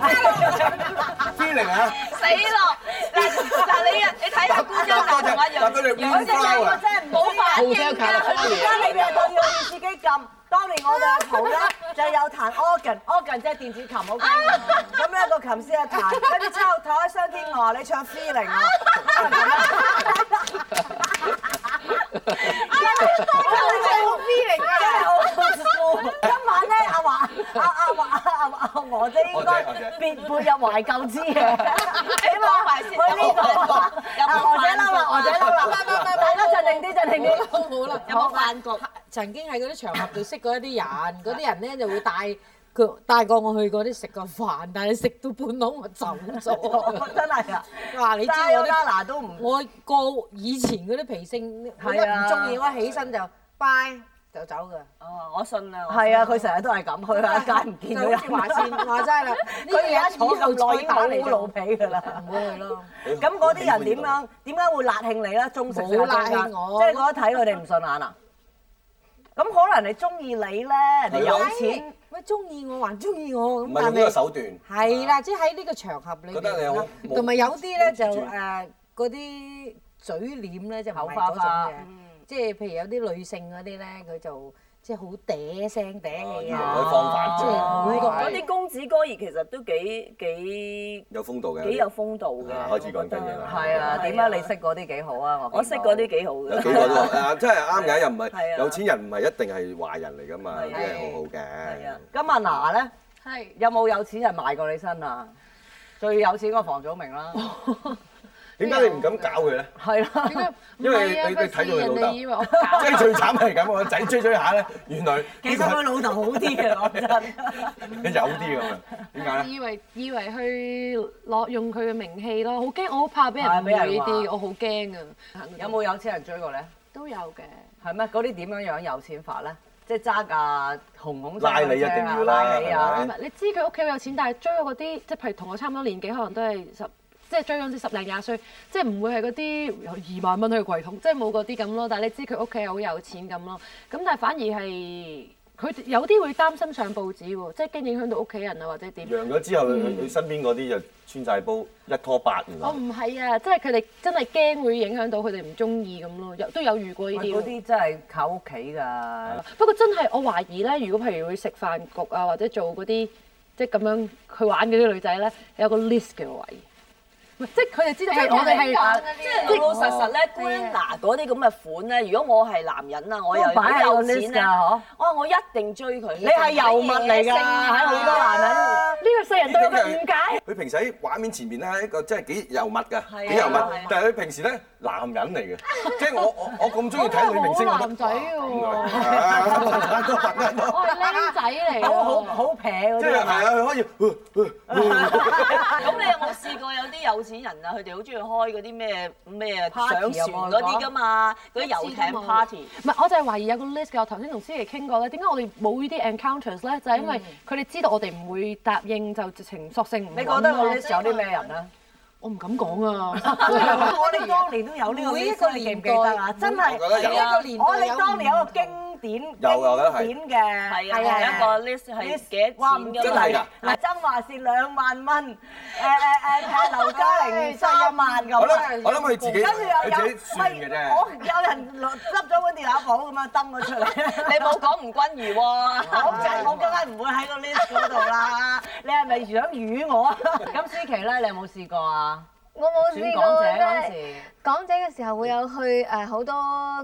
S2: 知零啊！
S12: 死咯！嗱嗱你啊，你睇下姑
S2: 多
S12: 張大同阿
S2: 謝，
S12: 楊
S2: 嗱佢哋
S1: 佢
S2: Green
S1: 哋兩
S2: Flower
S1: 個。真係唔好
S12: 冇
S1: 反
S12: 反
S1: 應
S12: 應
S1: 㗎，
S12: 㗎
S1: 而家你哋就要自己撳。當年我哋阿蒲咧就有彈 organ，organ 即係電子琴好緊要咁咧個琴師一彈，跟住之後台商天鵝你唱 feeling 啊，你唱 feeling 啊，真係好 old school 今晚咧阿華阿阿華阿華阿娥姐應該別背入懷舊之嘅，起
S12: 講
S1: 碼
S12: 埋先
S1: 去呢個啊娥姐嬲啦，娥姐嬲啦，大家鎮定啲，鎮定啲。
S10: 好啦，
S12: 有冇飯局？
S10: 曾經喺嗰啲場合度識過一啲人，嗰啲人咧就會帶佢帶過我去嗰啲食個飯，但係食到半籠我走咗。
S1: 真係啊！
S10: 哇！你知
S1: 沙
S10: 我
S1: 丘啦
S10: 啲
S1: 嗱都唔
S10: 我個以前嗰啲脾性，我一
S1: 係
S10: 唔
S1: 啊
S10: 中意我一起身就拜就走㗎。
S12: 哦，我信啦。我信
S1: 係啊，佢成日都係咁，佢喺街唔見到
S10: 就好似話
S1: 人。
S10: 先話齋啦，呢
S1: 佢而家
S10: 嘢
S1: 坐
S10: 以後
S1: 咁耐
S10: 再
S1: 已經
S10: 打
S1: 好
S10: 你
S1: 老皮㗎啦。
S10: 唔好去咯。
S1: 咁嗰啲人點
S10: ờ,
S1: 樣點解會辣興你咧？中食定係中間
S10: 冇辣興我
S1: 即係嗰一睇佢哋唔順眼
S10: à?
S1: 啊！咁可能你中意你咧，人哋有錢，
S10: 喂，中意我還中意我
S2: 唔
S10: 咁，
S2: 係
S10: 但
S2: 用呢個手段，
S10: 係啦，即係喺呢個場合裏
S2: 覺得你
S10: 邊
S2: 好
S10: 啦
S2: 冇
S10: 同埋有啲咧就
S2: 冇自尊
S10: 誒嗰啲嘴臉咧就唔
S1: 口
S10: 係
S1: 花
S10: 嗰種
S1: 花
S10: 嘅，即係譬如有啲女性嗰啲咧，佢就即係好嗲聲嗲氣
S2: 哦
S10: 啊
S2: 佢，放飯
S10: 即係每個
S12: 嗰啲公子哥兒其實都幾幾
S2: 有風度嘅，
S12: 幾有風度嘅。
S2: 啊開始講真嘢啦。
S1: 係
S12: à,
S1: 啊，點解你識嗰啲幾好啊？我
S12: 我識嗰啲幾好嘅。
S2: 有幾個都啊，真係啱嘅，又唔
S12: 係
S2: 係
S12: 啊
S2: 有錢人唔係一定係壞人嚟噶嘛，
S12: 係
S2: 啲係好好嘅。
S1: 咁阿娜咧
S4: 係
S10: à.
S1: 有冇有錢人賣過你身啊？
S10: 最有錢嗰個房祖名啦。
S2: 點解你唔敢搞佢咧？
S10: 係啦，
S2: 因為你你睇到你老豆，
S10: 為我
S2: 即係最慘係咁，我仔追追下咧，原來
S10: 其實佢老豆好啲嘅，講真。
S2: 有啲咁啊？點解咧？
S4: 以為以為去攞用佢嘅名氣咯，好驚，我好怕俾人
S10: 係
S4: 誤
S10: 俾人
S4: 會呢啲，
S10: 話
S4: 我好驚啊！
S10: 有冇有錢人追過咧？
S4: 都有嘅，
S10: 係咩？嗰啲點樣樣有錢法咧？即係揸
S12: à,
S10: 架紅紅
S2: 拉你一定要啦
S10: 拉你啊
S4: 唔！係你知佢屋企好有錢，但係追我嗰啲，即係譬如同我差唔多年紀，可能都係十，即係追嗰陣十零廿歲，即係唔會係嗰啲有二萬蚊去櫃桶，即係冇嗰啲咁咯。但係你知佢屋企好有錢咁咯，咁但係反而係佢有啲會擔心上報紙喎，即係驚影響到屋企人啊或者點。
S2: 揚咗之後，佢
S4: 嗯
S2: 佢身邊嗰啲就穿晒煲，一拖八原來
S4: 我。唔係啊，即係佢哋真係驚會影響到佢哋唔中意咁咯，有都有遇過呢啲。
S10: 嗰啲真係靠屋企㗎。
S4: 不過真係我懷疑咧，如果譬如會食飯局啊，或者做嗰啲即係咁樣去玩嗰啲女仔咧，有個 list 嘅我懷疑。唔係即係佢哋知道係我哋係啊
S12: 即係老老實實咧 g r a n d a 嗰啲咁嘅款咧，如果我係男人啊，我又
S10: 都擺喺個
S12: 有錢
S10: list
S12: 咧，
S10: 㗎嗬
S12: 哇！我一定追佢。
S10: 你係尤物嚟㗎，喺好多男人
S4: 呢個世人對佢誤解。
S2: 佢平時喺畫面前面咧，一個真係幾油密
S10: 啊
S2: 㗎，幾油密
S10: 係啊。
S2: 但係佢平時咧男人嚟嘅，即係我我我咁中意睇女明星，
S4: 好
S2: 我覺得啊
S4: 男仔喎，我係僆仔嚟喎，
S10: 好好好平嗰
S2: 即係
S10: 啲。
S2: 係啊，佢可以。
S12: 咁你有冇試過有啲有錢人啊？佢哋好中意開嗰啲咩咩上
S4: Party
S12: 船嗰啲㗎嘛，嗰啲遊艇 party。
S4: 唔係，我就係懷疑有個 list 嘅。我頭先同思琪傾過咧，點解我哋冇呢啲 encounters 咧？就係因為佢哋知道我哋唔會答應，就直情索性唔。
S10: 嗯你覺得我 list 有啲咩人咧？
S4: 我唔敢講啊！
S10: 我 哋當年都有呢個 list，你記唔記得啊？真係，
S2: 我覺得有
S10: 我哋當年有個經典
S2: 有啊我覺得係
S10: 經典嘅，
S12: 係啊，我有一個 list 係幾多
S10: 哇！唔
S12: 錢
S10: 知
S12: 㗎
S2: 真
S12: 嘛
S2: 係㗎
S10: 嗱，曾華是兩萬 蚊，誒誒誒，劉嘉玲三萬咁。啊
S2: 我諗我諗佢自己
S10: 跟住又有
S2: 佢自己算嘅啫
S10: 我有人落執咗本電話簿咁啊，登咗出嚟。
S12: 你冇講吳君如喎。
S10: 我梗我梗係唔會喺個 list 嗰度啦。你係咪想魚 我啊？咁思琪咧，你有冇試過啊？
S13: 我冇
S10: 選
S13: 試
S10: 港
S13: 過真
S10: 姐嗰陣
S13: 係
S10: 時，
S13: 港姐嘅時候會有去誒好多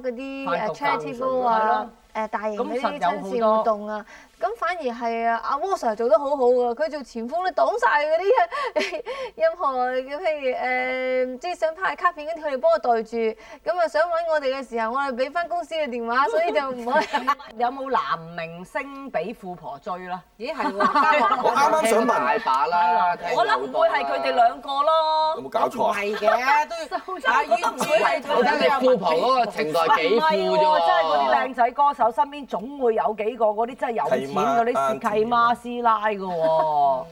S13: 嗰啲
S10: 飯
S13: 誒
S10: 局搞
S13: charity
S10: 上
S13: ball
S10: 係
S13: 啊
S10: 咯。
S13: 誒大型嗰
S10: 咁實
S13: 啲
S10: 有好多
S13: 親子活動啊，咁反而係啊阿 w a Sir 做得好好㗎，佢做前鋒咧擋晒嗰啲任何嘅譬如誒唔知想派卡片嗰啲，佢哋幫我袋住，咁啊想揾我哋嘅時候，我哋俾翻公司嘅電話，所以就唔可以。
S10: 有冇男明星俾富婆追啦？咦
S1: 係喎
S2: 我啱啱想問
S11: 大把啦，
S12: 我諗唔會係佢哋兩個咯。
S2: 有冇搞錯
S1: 唔
S2: 啊？
S1: 係嘅，都但係要唔會係
S11: 我睇你富婆嗰個情代幾富
S10: 唔係
S11: 啫
S10: 喎真係嗰啲
S11: 喎
S10: 靚。仔歌手身邊總會有幾個嗰啲真係有錢嗰
S11: 契媽
S10: 啲契媽師奶嘅喎。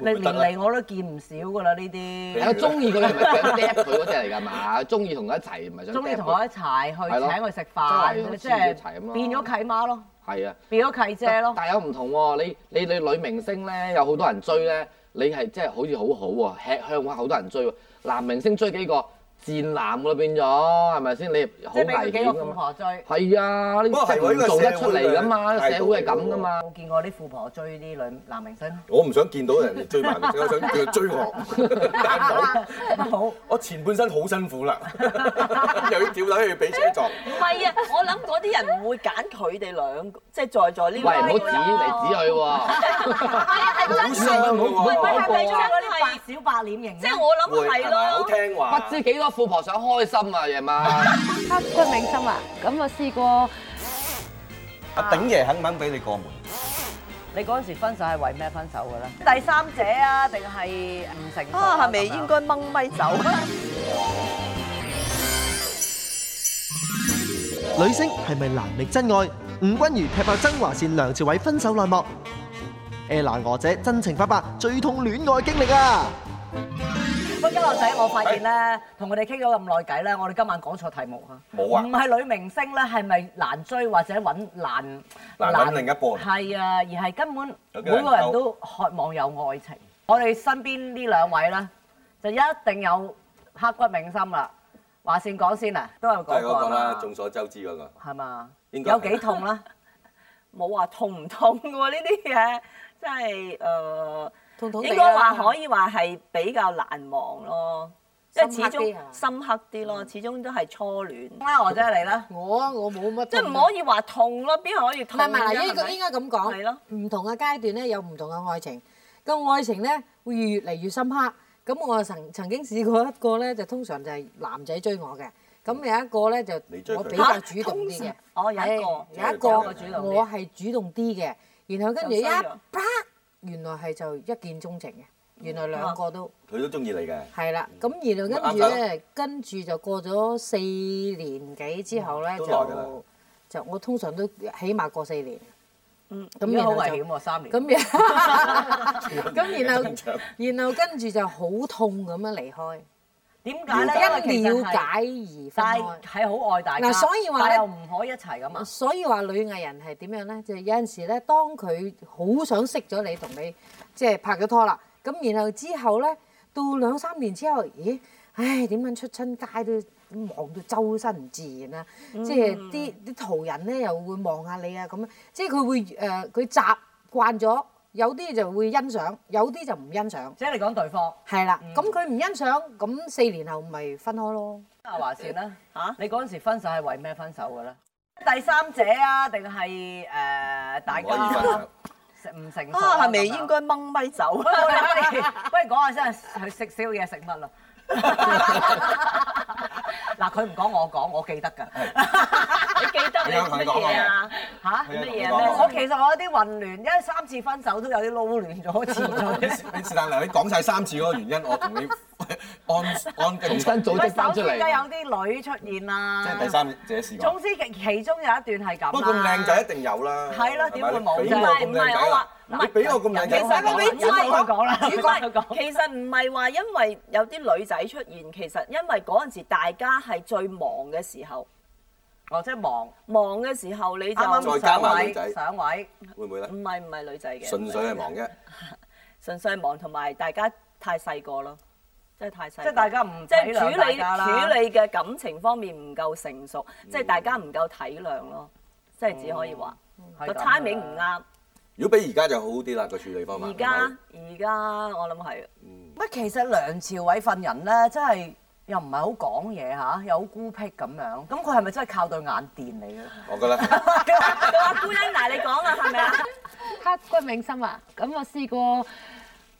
S10: 你
S11: 會唔會得
S10: 年
S11: 呢
S10: 嚟我都見唔少噶啦呢啲。
S11: 係啊，中意佢係咪想 d 佢嗰只嚟㗎嘛？中啊意同佢一齊，唔係想
S10: 中意
S11: date
S10: 同我一
S11: 佢。
S10: 齊去
S11: 係咯
S10: 請佢食
S11: 真係
S10: 飯，
S11: 好
S10: 即
S11: 似一齊
S10: 係
S11: 咁咯
S10: 變咗契媽咯，
S11: 係啊，
S10: 變咗契姐咯。
S11: 但係有唔同喎，你你你女明星咧有好多人追咧，你係即係好似好好喎，吃香哇好多人追喎。男明星追幾個戰男㗎啦變咗，係咪先？你好
S10: 即係
S11: 危
S10: 俾佢幾個
S11: 險㗎
S10: 富
S11: 嘛。
S10: 婆追。
S11: 係啊，呢
S2: 不過係喎
S11: 啲
S2: 呢個
S11: 做得
S2: 社
S11: 出
S2: 會
S11: 嚟㗎嘛，
S2: 嘅
S11: 社會係咁㗎嘛。
S10: 冇見過啲富婆追啲女男明星。
S2: 我唔想見到人哋追埋明星，我想叫佢追我，但係
S10: 冇。
S2: 我前半生好辛苦啦，又要跳樓，又要俾車撞。
S12: 唔係啊，我諗嗰啲人唔會揀佢哋兩個，即係在座呢
S11: 喂，
S12: 位
S11: 唔好指你
S12: 咯
S11: 指佢 喎。
S10: 好
S11: 傷㗎喎
S10: 係咪追嗰啲白小白臉型？
S12: 即係我諗
S11: 會
S12: 係
S11: 係咪
S12: 咯
S11: 好。
S2: 聽
S11: 話。不知幾多富婆想開心啊，夜晚。
S4: 刻骨銘心啊！咁啊試過
S19: 阿鼎爺肯唔肯俾你過門？
S10: 你嗰陣時分手係為咩分手嘅咧？第三者啊，定係唔成 熟
S12: 啊，係咪應該掹咪走？
S3: 女星係咪難覓真愛？吳君如踢爆曾華倩、梁朝偉分手內幕。Ella 娥姐真情發白，最痛戀愛經歷啊！
S10: 喂，家樂仔，我發現咧，同佢哋傾咗咁耐偈咧，我哋今晚講錯題目啊！
S2: 冇啊
S10: 唔係女明星咧，係咪難追或者揾難
S2: 難揾另一半
S10: 係啊，而係根本
S2: 有
S10: 每
S2: 幾人
S10: 個人都渴望有愛情。我哋身邊呢兩位咧，就一定有刻骨銘心啦。話先講先啊，都有
S2: 都係
S10: 講
S2: 嗰
S10: 過
S2: 個啦
S10: 啦，，
S2: 眾所周知嗰個。
S10: 係嘛？
S2: 應該
S10: 有幾痛啦？
S12: 冇話痛唔痛喎，呢啲嘢真係誒，
S1: 痛
S10: 痛地啦啊
S12: 應該話可以話係比較難忘咯，即係始終深刻啲咯，始終都係初戀。
S10: 啦，我真嗯係嚟啦，
S1: 我我冇乜。
S12: 即係唔可以話痛咯，邊可以
S1: 唔
S12: 痛
S1: 係
S12: 啫？
S1: 唔係嗱，應
S12: 係
S1: 該
S12: 咪
S1: 應該咁講，唔同嘅階段咧有唔同嘅愛情，個愛情咧會越嚟越深刻，
S10: 咁我曾曾經試過一個咧，就通常就係男仔追我嘅。咁有一個咧就
S1: 追佢
S10: 我比較主動啲
S1: 嚇，
S10: 嘅
S1: 通常哦有一個
S10: 係有一
S1: 有一個主
S10: 個
S1: 動啲
S10: 我係主動啲嘅，然後跟住一
S1: 就衰咗
S10: 啪，原來係就一見鍾情嘅，原來兩個
S1: 嗯
S10: 都。
S2: 佢都中意你嘅。
S1: 啊
S10: 係啦，
S2: 嗯
S10: 咁然後跟住咧，跟住就過咗四年幾之後咧，
S2: 嗯都耐㗎啦
S10: 就就我通常都起碼過四年。
S1: 嗯，
S10: 咁
S1: 咁
S10: 然
S1: 好
S10: 後就
S1: 危險喎，三年。
S10: 咁然咁然後然後跟住就好痛咁樣離開。
S1: 點解咧？因
S10: 因
S1: 為
S10: 了解而分
S1: 但
S10: 開
S1: 係。係好愛大家。
S10: 嗱所以話
S1: 但
S10: 咧
S1: 又唔可以一齊咁啊。
S10: 所以話女藝人係點樣咧？就係有陣時咧，當佢好想識咗你，同你即係拍咗拖啦，咁然後之後咧，到兩三年之後，咦，唉，點樣出親街都忙到周身唔自然啊！
S1: 嗯
S10: 即係啲啲途人咧又會望下你啊咁樣，即係佢會誒佢、習慣咗，有啲就會欣賞，有啲就唔欣賞。
S1: 即係你講對方。
S10: 係啦，咁佢唔欣賞，咁四年後咪分開咯。
S12: 啊
S1: 阿華善啦，嚇你嗰陣時分手係為咩分手嘅咧？第三者啊，定係誒
S12: 呃
S1: 大家唔成熟
S12: 啊，係
S1: 咁
S12: 咪
S1: 樣
S12: 應該掹咪走
S1: 喂，我哋不如不如講下真係去食宵夜食乜 啦？嗱，佢唔講我講，我記得㗎。你記得你乜嘢啊？嚇乜嘢啊？我其實我有啲混亂，因為三次分手都有啲撈 亂咗次序。
S2: 你是但嗱，你講晒三次嗰個原因，我同你按按重
S11: 新組織翻出
S1: 喂首先梗
S11: 嚟。
S1: 有啲女出現啦。
S2: 即係第三者試過
S1: 總。之其其中有一段係咁啦。
S2: 不過咁靚仔一定有啦。
S1: 係咯點會冇啫
S2: 係咪你俾我咁靚仔啦，
S12: 唔係唔係我
S2: 你俾我咁靚仔，我
S12: 話唔係其實我
S2: 咪
S12: 俾
S2: 唔講
S1: 啊講啦
S12: 主角其實唔係話因為有啲女仔出現，其實因為嗰陣時大家係最忙嘅時候，
S1: 哦，即係忙
S12: 忙嘅時候你就
S1: 啱啱上位
S2: 再加埋女仔
S1: 上位，
S2: 會唔會咧
S12: 唔？係唔係女仔嘅，
S2: 純粹係忙啫。
S12: 純粹係忙，同埋大家太細個咯，真係太細個。
S1: 即係大家唔
S12: 即係
S1: 體
S12: 處
S1: 諒
S12: 理
S1: 大家啦
S12: 處理嘅感情方面唔夠成熟，即係大家唔夠體諒咯，即係只可以話
S2: 係
S12: 個
S2: 咁啦
S12: timing 唔啱。
S2: 如果比而家就好啲啦，個處理方法。
S12: 而家而家我諗係。
S1: 乜其實梁朝偉份人咧，真係又唔係好講嘢嚇，又好孤僻咁樣。咁佢係咪真係靠對眼電你嘅咧？
S2: 我覺得。
S12: 阿姑娘嗱，你講啦，係咪啊？
S4: 刻骨銘心啊！咁我試過，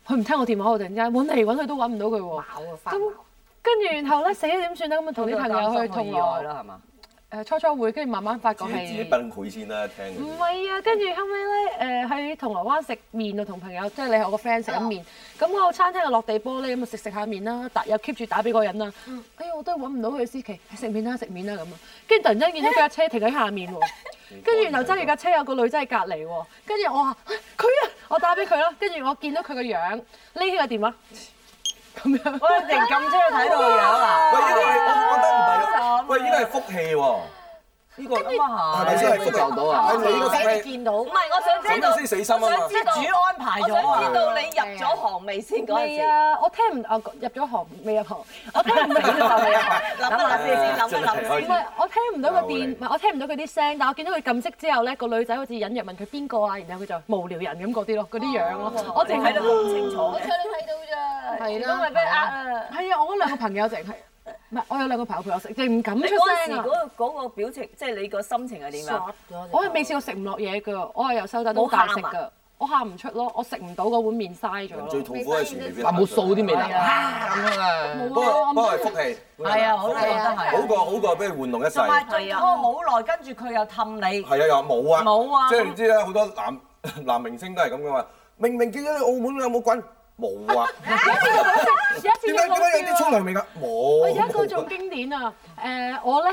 S4: 佢唔聽我電話，我突然間揾嚟揾去都揾唔到佢喎。咁跟住然後咧，死啦點算咧？咁啊同啲朋友去銅鑼
S1: 啦，係嘛？
S4: 誒初初會，跟住慢慢發覺
S2: 自己自己
S4: 係。
S2: 崩潰先啦，聽
S4: 唔
S2: 你。
S4: 係啊，跟住後尾咧，誒喺銅鑼灣食面啊，同朋友即係你係我個 friend 食緊
S2: 啊
S4: 面，咁我餐廳嘅落地玻璃咁啊食食下面啦，打又 keep 住打俾嗰個人啦，
S2: 嗯
S4: 哎呀我都揾唔到佢思琪，食面啦食面啦咁啊，跟住突然間見到佢架車停喺下 面喎，跟住然後揸住架車有個女仔喺隔離喎，跟住我話哎佢啊，我打俾佢啦，跟住我見到佢個樣，匿起個電話。咁樣，
S1: 我一定撳車睇到個樣啊！
S2: 喂，呢個係我覺得唔係喎，喂，呢個係福氣喎。
S1: 呢個咁啊
S2: 係咪先係福氣？
S11: 受到啊
S2: 係你個福氣。
S10: 見到，唔
S12: 係我想知
S2: 咁
S12: 道，
S2: 先死心啊嘛
S12: 我想知道
S1: 即係主安排咗啊
S12: 我想知道你入咗行未先嗰陣
S4: 未
S12: 時。
S4: 啊，我聽唔我入咗行未入行，我聽唔到佢入行。
S12: 諗一諗先先，諗一諗
S4: 唔
S12: 先。
S4: 係，我聽唔到個電，唔係我聽唔到佢啲聲，但我見到佢撳息之後咧，個女仔好似隱約問佢邊個啊，然後佢就無聊人咁嗰啲咯，嗰啲樣咯，我淨係
S12: 睇得咁清楚
S13: 我
S12: 嘅。
S4: 係啦，
S13: 如果唔係俾人呃
S4: 啊！係啊，我嗰兩個朋友淨係，唔係我有兩個朋友陪我食，淨唔敢
S12: 你
S4: 出
S12: 嗰陣時
S4: 聲啊！
S12: 嗰個嗰個表情，即係你個心情係點啊？
S4: 我係未試過食唔落嘢㗎，我係由細到大食
S12: 冇喊
S4: 㗎，我喊唔出咯，我食唔到嗰碗面嘥咗咯。
S2: 最痛苦嘅時期。
S11: 但冇掃啲味道，
S2: 咁啊不過不過係福氣。
S1: 係啊好啦
S2: 福氣
S1: 我覺得係
S2: 好過好過俾佢玩弄一世。
S1: 同埋仲拖好耐，跟住佢又氹你。
S2: 係啊，又話冇啊，
S1: 冇啊
S2: 即係你知啦，好多男男明星都係咁噶嘛。明明見到你澳門有冇滾？冇啊！
S4: 有一次
S2: 點解
S4: 有一次
S2: 點解有啲沖涼味㗎？
S4: 我
S2: 冇。
S4: 有一個仲經典啊！誒，我 咧。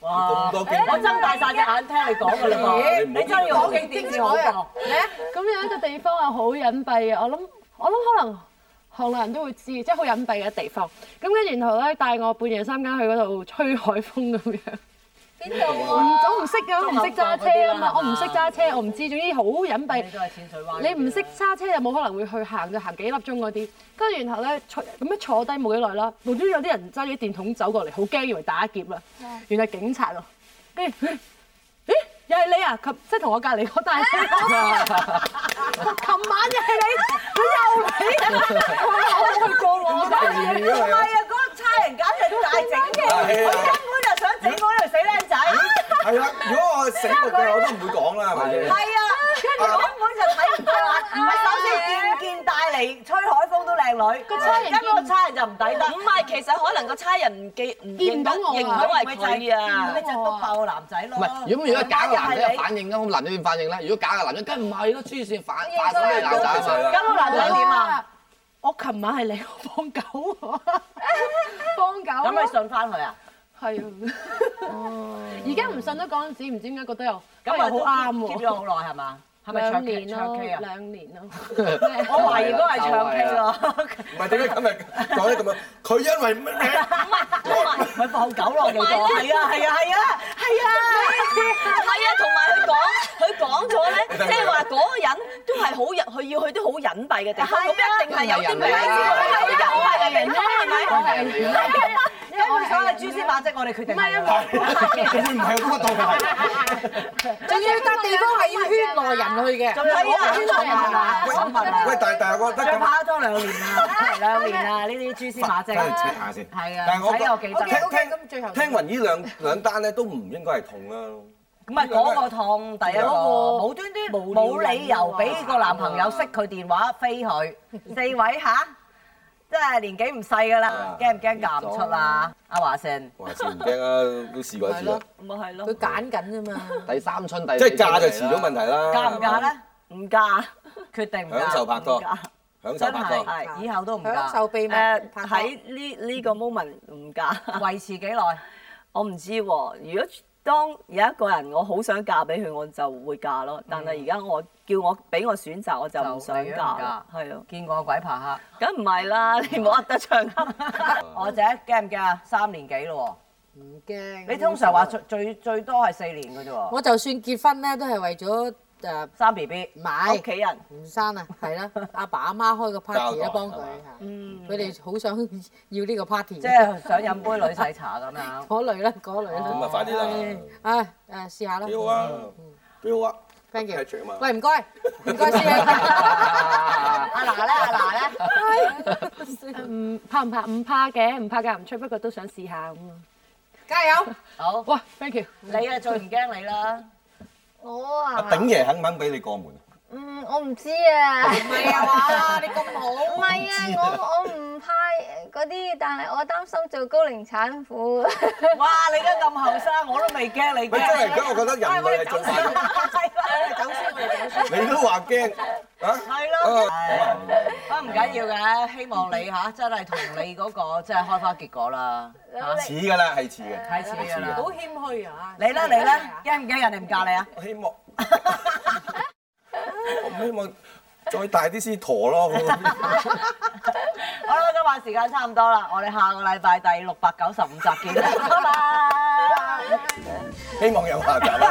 S2: 咁多經
S1: 我睜大晒隻眼聽你講㗎啦噃，你真係要好經典先好噃。
S4: 咁有一個地方啊係好隱蔽嘅，我諗我諗可能行內人都會知，即係好隱蔽嘅地方。咁跟住然後咧，帶我半夜三更去嗰度吹海風咁樣。
S10: 邊
S4: 唔我唔識㗎，我唔識揸車啊嘛，我唔識揸車，我唔知，總之好隱蔽。
S1: 都係淺水灣。
S4: 你唔識揸車就冇可能會去行，就行幾粒鐘嗰啲。跟住然後咧，坐咁樣坐低冇幾耐啦，無端端有啲人揸住啲電筒走過嚟，好驚，以為打劫啦，原來警察喎。跟住，咦，又係你啊！及即係同我隔離嗰大姐。琴晚又係你，佢又你，我去過我
S1: 唔係啊，嗰個差人簡直大整嘅，佢根本就想整我條死僆仔。
S2: 係啦，如果我醒目嘅我都唔會講啦，係咪
S1: 係
S2: 先？
S1: 啊，跟住根本就睇唔到啊，唔係首先見見帶嚟嚟吹海風都靚女，
S12: 個差人
S1: 而家嗰個差人就唔抵得。
S12: 唔係，其實可能個差人唔記唔認得，認
S1: Ờ,
S12: 唔到係佢啊，
S1: 咪就係篤爆個男仔咯。
S11: 唔係，如果如
S1: Ờ,
S11: 果假嘅男仔有反應咁，咁男仔點反應咧？如果假嘅男仔，梗唔係咯，黐線反反手係男仔啊嘛
S1: 咁個男仔點啊？
S4: 我琴晚係嚟我放狗喎，放狗咯。
S1: 咁咪信翻佢啊？
S4: 係啊，而家唔信得嗰陣時，唔知點解覺得又
S1: 咁啊，
S4: 又好啱
S1: 都 keep
S4: 喎。
S1: 咗好耐係嘛？係咪
S4: 兩
S1: 唱
S4: 年
S1: K 唱
S4: 咯，
S1: K 啊？
S4: 兩年咯。
S1: 我懷疑嗰係唱 K 咯。
S2: 唔係點解今日講得咁樣？佢因為咩咩？
S1: 咪放狗咯，其實係啊係啊係啊係啊！
S12: 係啊，同埋佢講，佢 講咗咧，即係話嗰個人都係好隱，佢要去啲好隱蔽嘅地方，咁一定係有啲名隱蔽嘅地方，係咪？
S1: 因為所謂蛛絲馬跡，我哋決定係啦。
S2: 會唔係有咁嘅道理？
S10: 仲要笪地方係要圈內人去嘅，
S1: 仲有啊
S10: 圈內人啊，
S1: 喂
S10: 我問啊
S2: 喂，但但係我覺得
S1: 再
S2: 咁
S1: 拍多兩年
S12: 啊
S1: 啦，兩年啦，呢啲蛛絲馬跡。
S2: 翻嚟 check 下先。
S1: 係啊，
S2: 但係我
S1: 睇我記得。
S2: 聽聽聽聞呢兩兩單咧都唔應該係痛啦。
S1: 唔係嗰個痛，第一個無端端冇
S2: 啊
S1: 理由俾個男朋友識佢電話飛佢，四位吓，真係年紀唔細㗎啦，驚唔驚嫁唔出啊？阿華盛，
S2: 話事唔驚啊，都試過一次啦。
S1: 咪係咯，
S10: 佢揀緊啫嘛。
S11: 第三春第
S2: 即係嫁就遲早問題啦。
S1: 嫁唔嫁咧？唔嫁，決定唔嫁。
S2: 享受拍拖
S1: 唔嫁
S2: 享受拍拖。
S1: 係以後都唔嫁。
S10: 享受秘密
S12: 誒
S10: 拍拖
S12: 喺呢呢個 moment 唔嫁，
S1: 維持幾耐？
S12: 我唔知喎。如果當有一個人我好想嫁俾佢，我就會嫁
S2: 嗯
S12: 咯。但係而家我叫我俾我選擇，我就唔想
S1: 就寧願唔
S12: 嫁
S1: 嫁
S12: 啦。係啊，
S1: 見過鬼爬客。
S12: 梗唔係啦，你冇噏得 唱噏。
S1: 我姐驚唔驚啊？三年幾咯
S10: 唔
S1: 喎，
S10: 驚。
S1: 你通常話最最最多係四年嘅啫喎。
S10: 我就算結婚咧，都係為咗誒
S1: 生 B B，
S10: 買
S1: 屋企人
S10: 唔生啊，係啦，阿爸阿媽開個 party
S1: 交
S10: 啦，
S1: 代
S10: 幫佢
S1: 係嘛
S10: 嚇，佢哋好想要呢個 party，
S1: 嗯即係想飲杯女仔茶咁樣。
S10: 嗰類啦，嗰類啦。
S2: 咁啊快啲啦
S10: 唉！唉誒，試下啦。
S2: 幾好啊，幾好啊。
S10: Thank you
S2: Patrick 啊嘛。
S10: 喂，唔該，唔該師兄。
S1: 阿娜咧，阿娜咧，
S4: 唔怕唔怕唔怕嘅，唔怕嫁唔出，不過都想試下咁啊。
S10: 加油！
S1: 好。
S4: 哇，thank you。
S1: 你啊最唔驚你啦。
S13: 我啊，
S20: 頂爺肯唔肯俾你過門？
S13: 嗯，我唔知啊。唔
S10: 係啊嘛， 你咁好。
S13: 唔係啊，我我唔怕嗰啲，但係我擔心做高齡產婦。
S1: 哇！你而家咁後生，我都未驚你
S2: 喂，真係而家我覺得人類係進化緊。
S1: 走先，我哋走
S2: 你都話驚啊？
S1: 係咯，啊唔緊要嘅，希望你嚇真係同你嗰個即係開花結果啦。
S2: 似㗎啦，係似嘅。
S1: 係似㗎啦
S10: 好謙虛啊！
S1: 你咧，你咧，驚唔驚人哋唔嫁你
S12: à?
S1: 啊？
S2: 我希望， 我唔希望再大啲先陀咯。
S1: 好啦，今晚時間差唔多啦，我哋下個禮拜第六百九十五集見啦，拜拜。
S2: 希望有下集啊啦。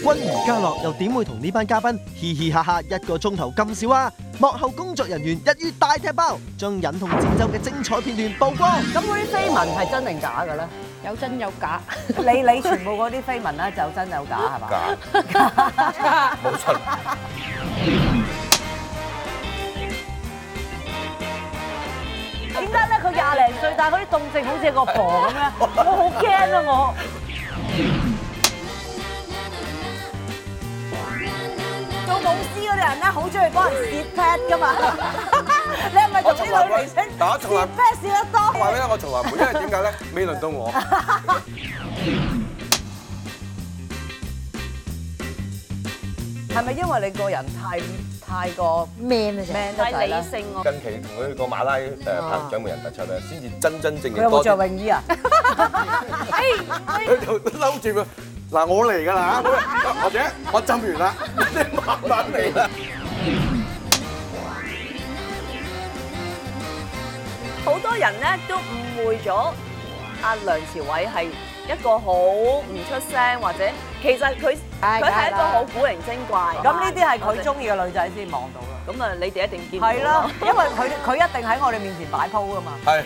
S3: 君如家樂又點會同呢班嘉賓嘻嘻哈哈一個鐘頭咁少啊？幕後工作人員一於大踢爆，將忍痛戰鬥嘅精彩片段曝光。
S1: 咁嗰啲緋聞係真定假嘅咧？
S7: 有真有假。
S1: 你你全部嗰啲緋聞咧就真有假係嘛？
S2: 冇錯。
S1: 點解 咧？佢廿零歲，但係嗰啲動靜好似個婆咁 樣，我好驚啊！我。做舞獅嗰啲人咧，好中意幫人摺 pat 噶嘛。你係咪同啲女明星
S2: 但我從來
S1: 摺 pat 摺得多？
S2: 話俾你聽我從來唔會，因為點解咧？未輪到我。
S1: 係咪因為你個人太太過啊
S10: man 得
S1: 滯
S12: 太理性我。
S2: 近期同佢個馬拉誒拍掌門人突出咧，先至真真正
S1: 嗯佢有冇
S2: 正多
S1: 着
S2: 啲。
S1: 泳衣啊？
S2: 佢就哎嬲住佢，嗱我嚟㗎 啦嚇，啊或者我浸完啦， 你慢慢嚟 啦。
S12: 好多人咧都誤會咗阿梁朝偉係一個好唔出聲，或者其實佢佢
S1: 梗係
S12: 係一個
S1: 啦
S12: 好古靈精怪。
S1: 咁呢啲係佢中意嘅女仔先望到啦。
S12: 咁啊，你哋一定見到
S1: 係啦，因為佢佢一定喺我哋面前擺鋪噶嘛。
S2: 係。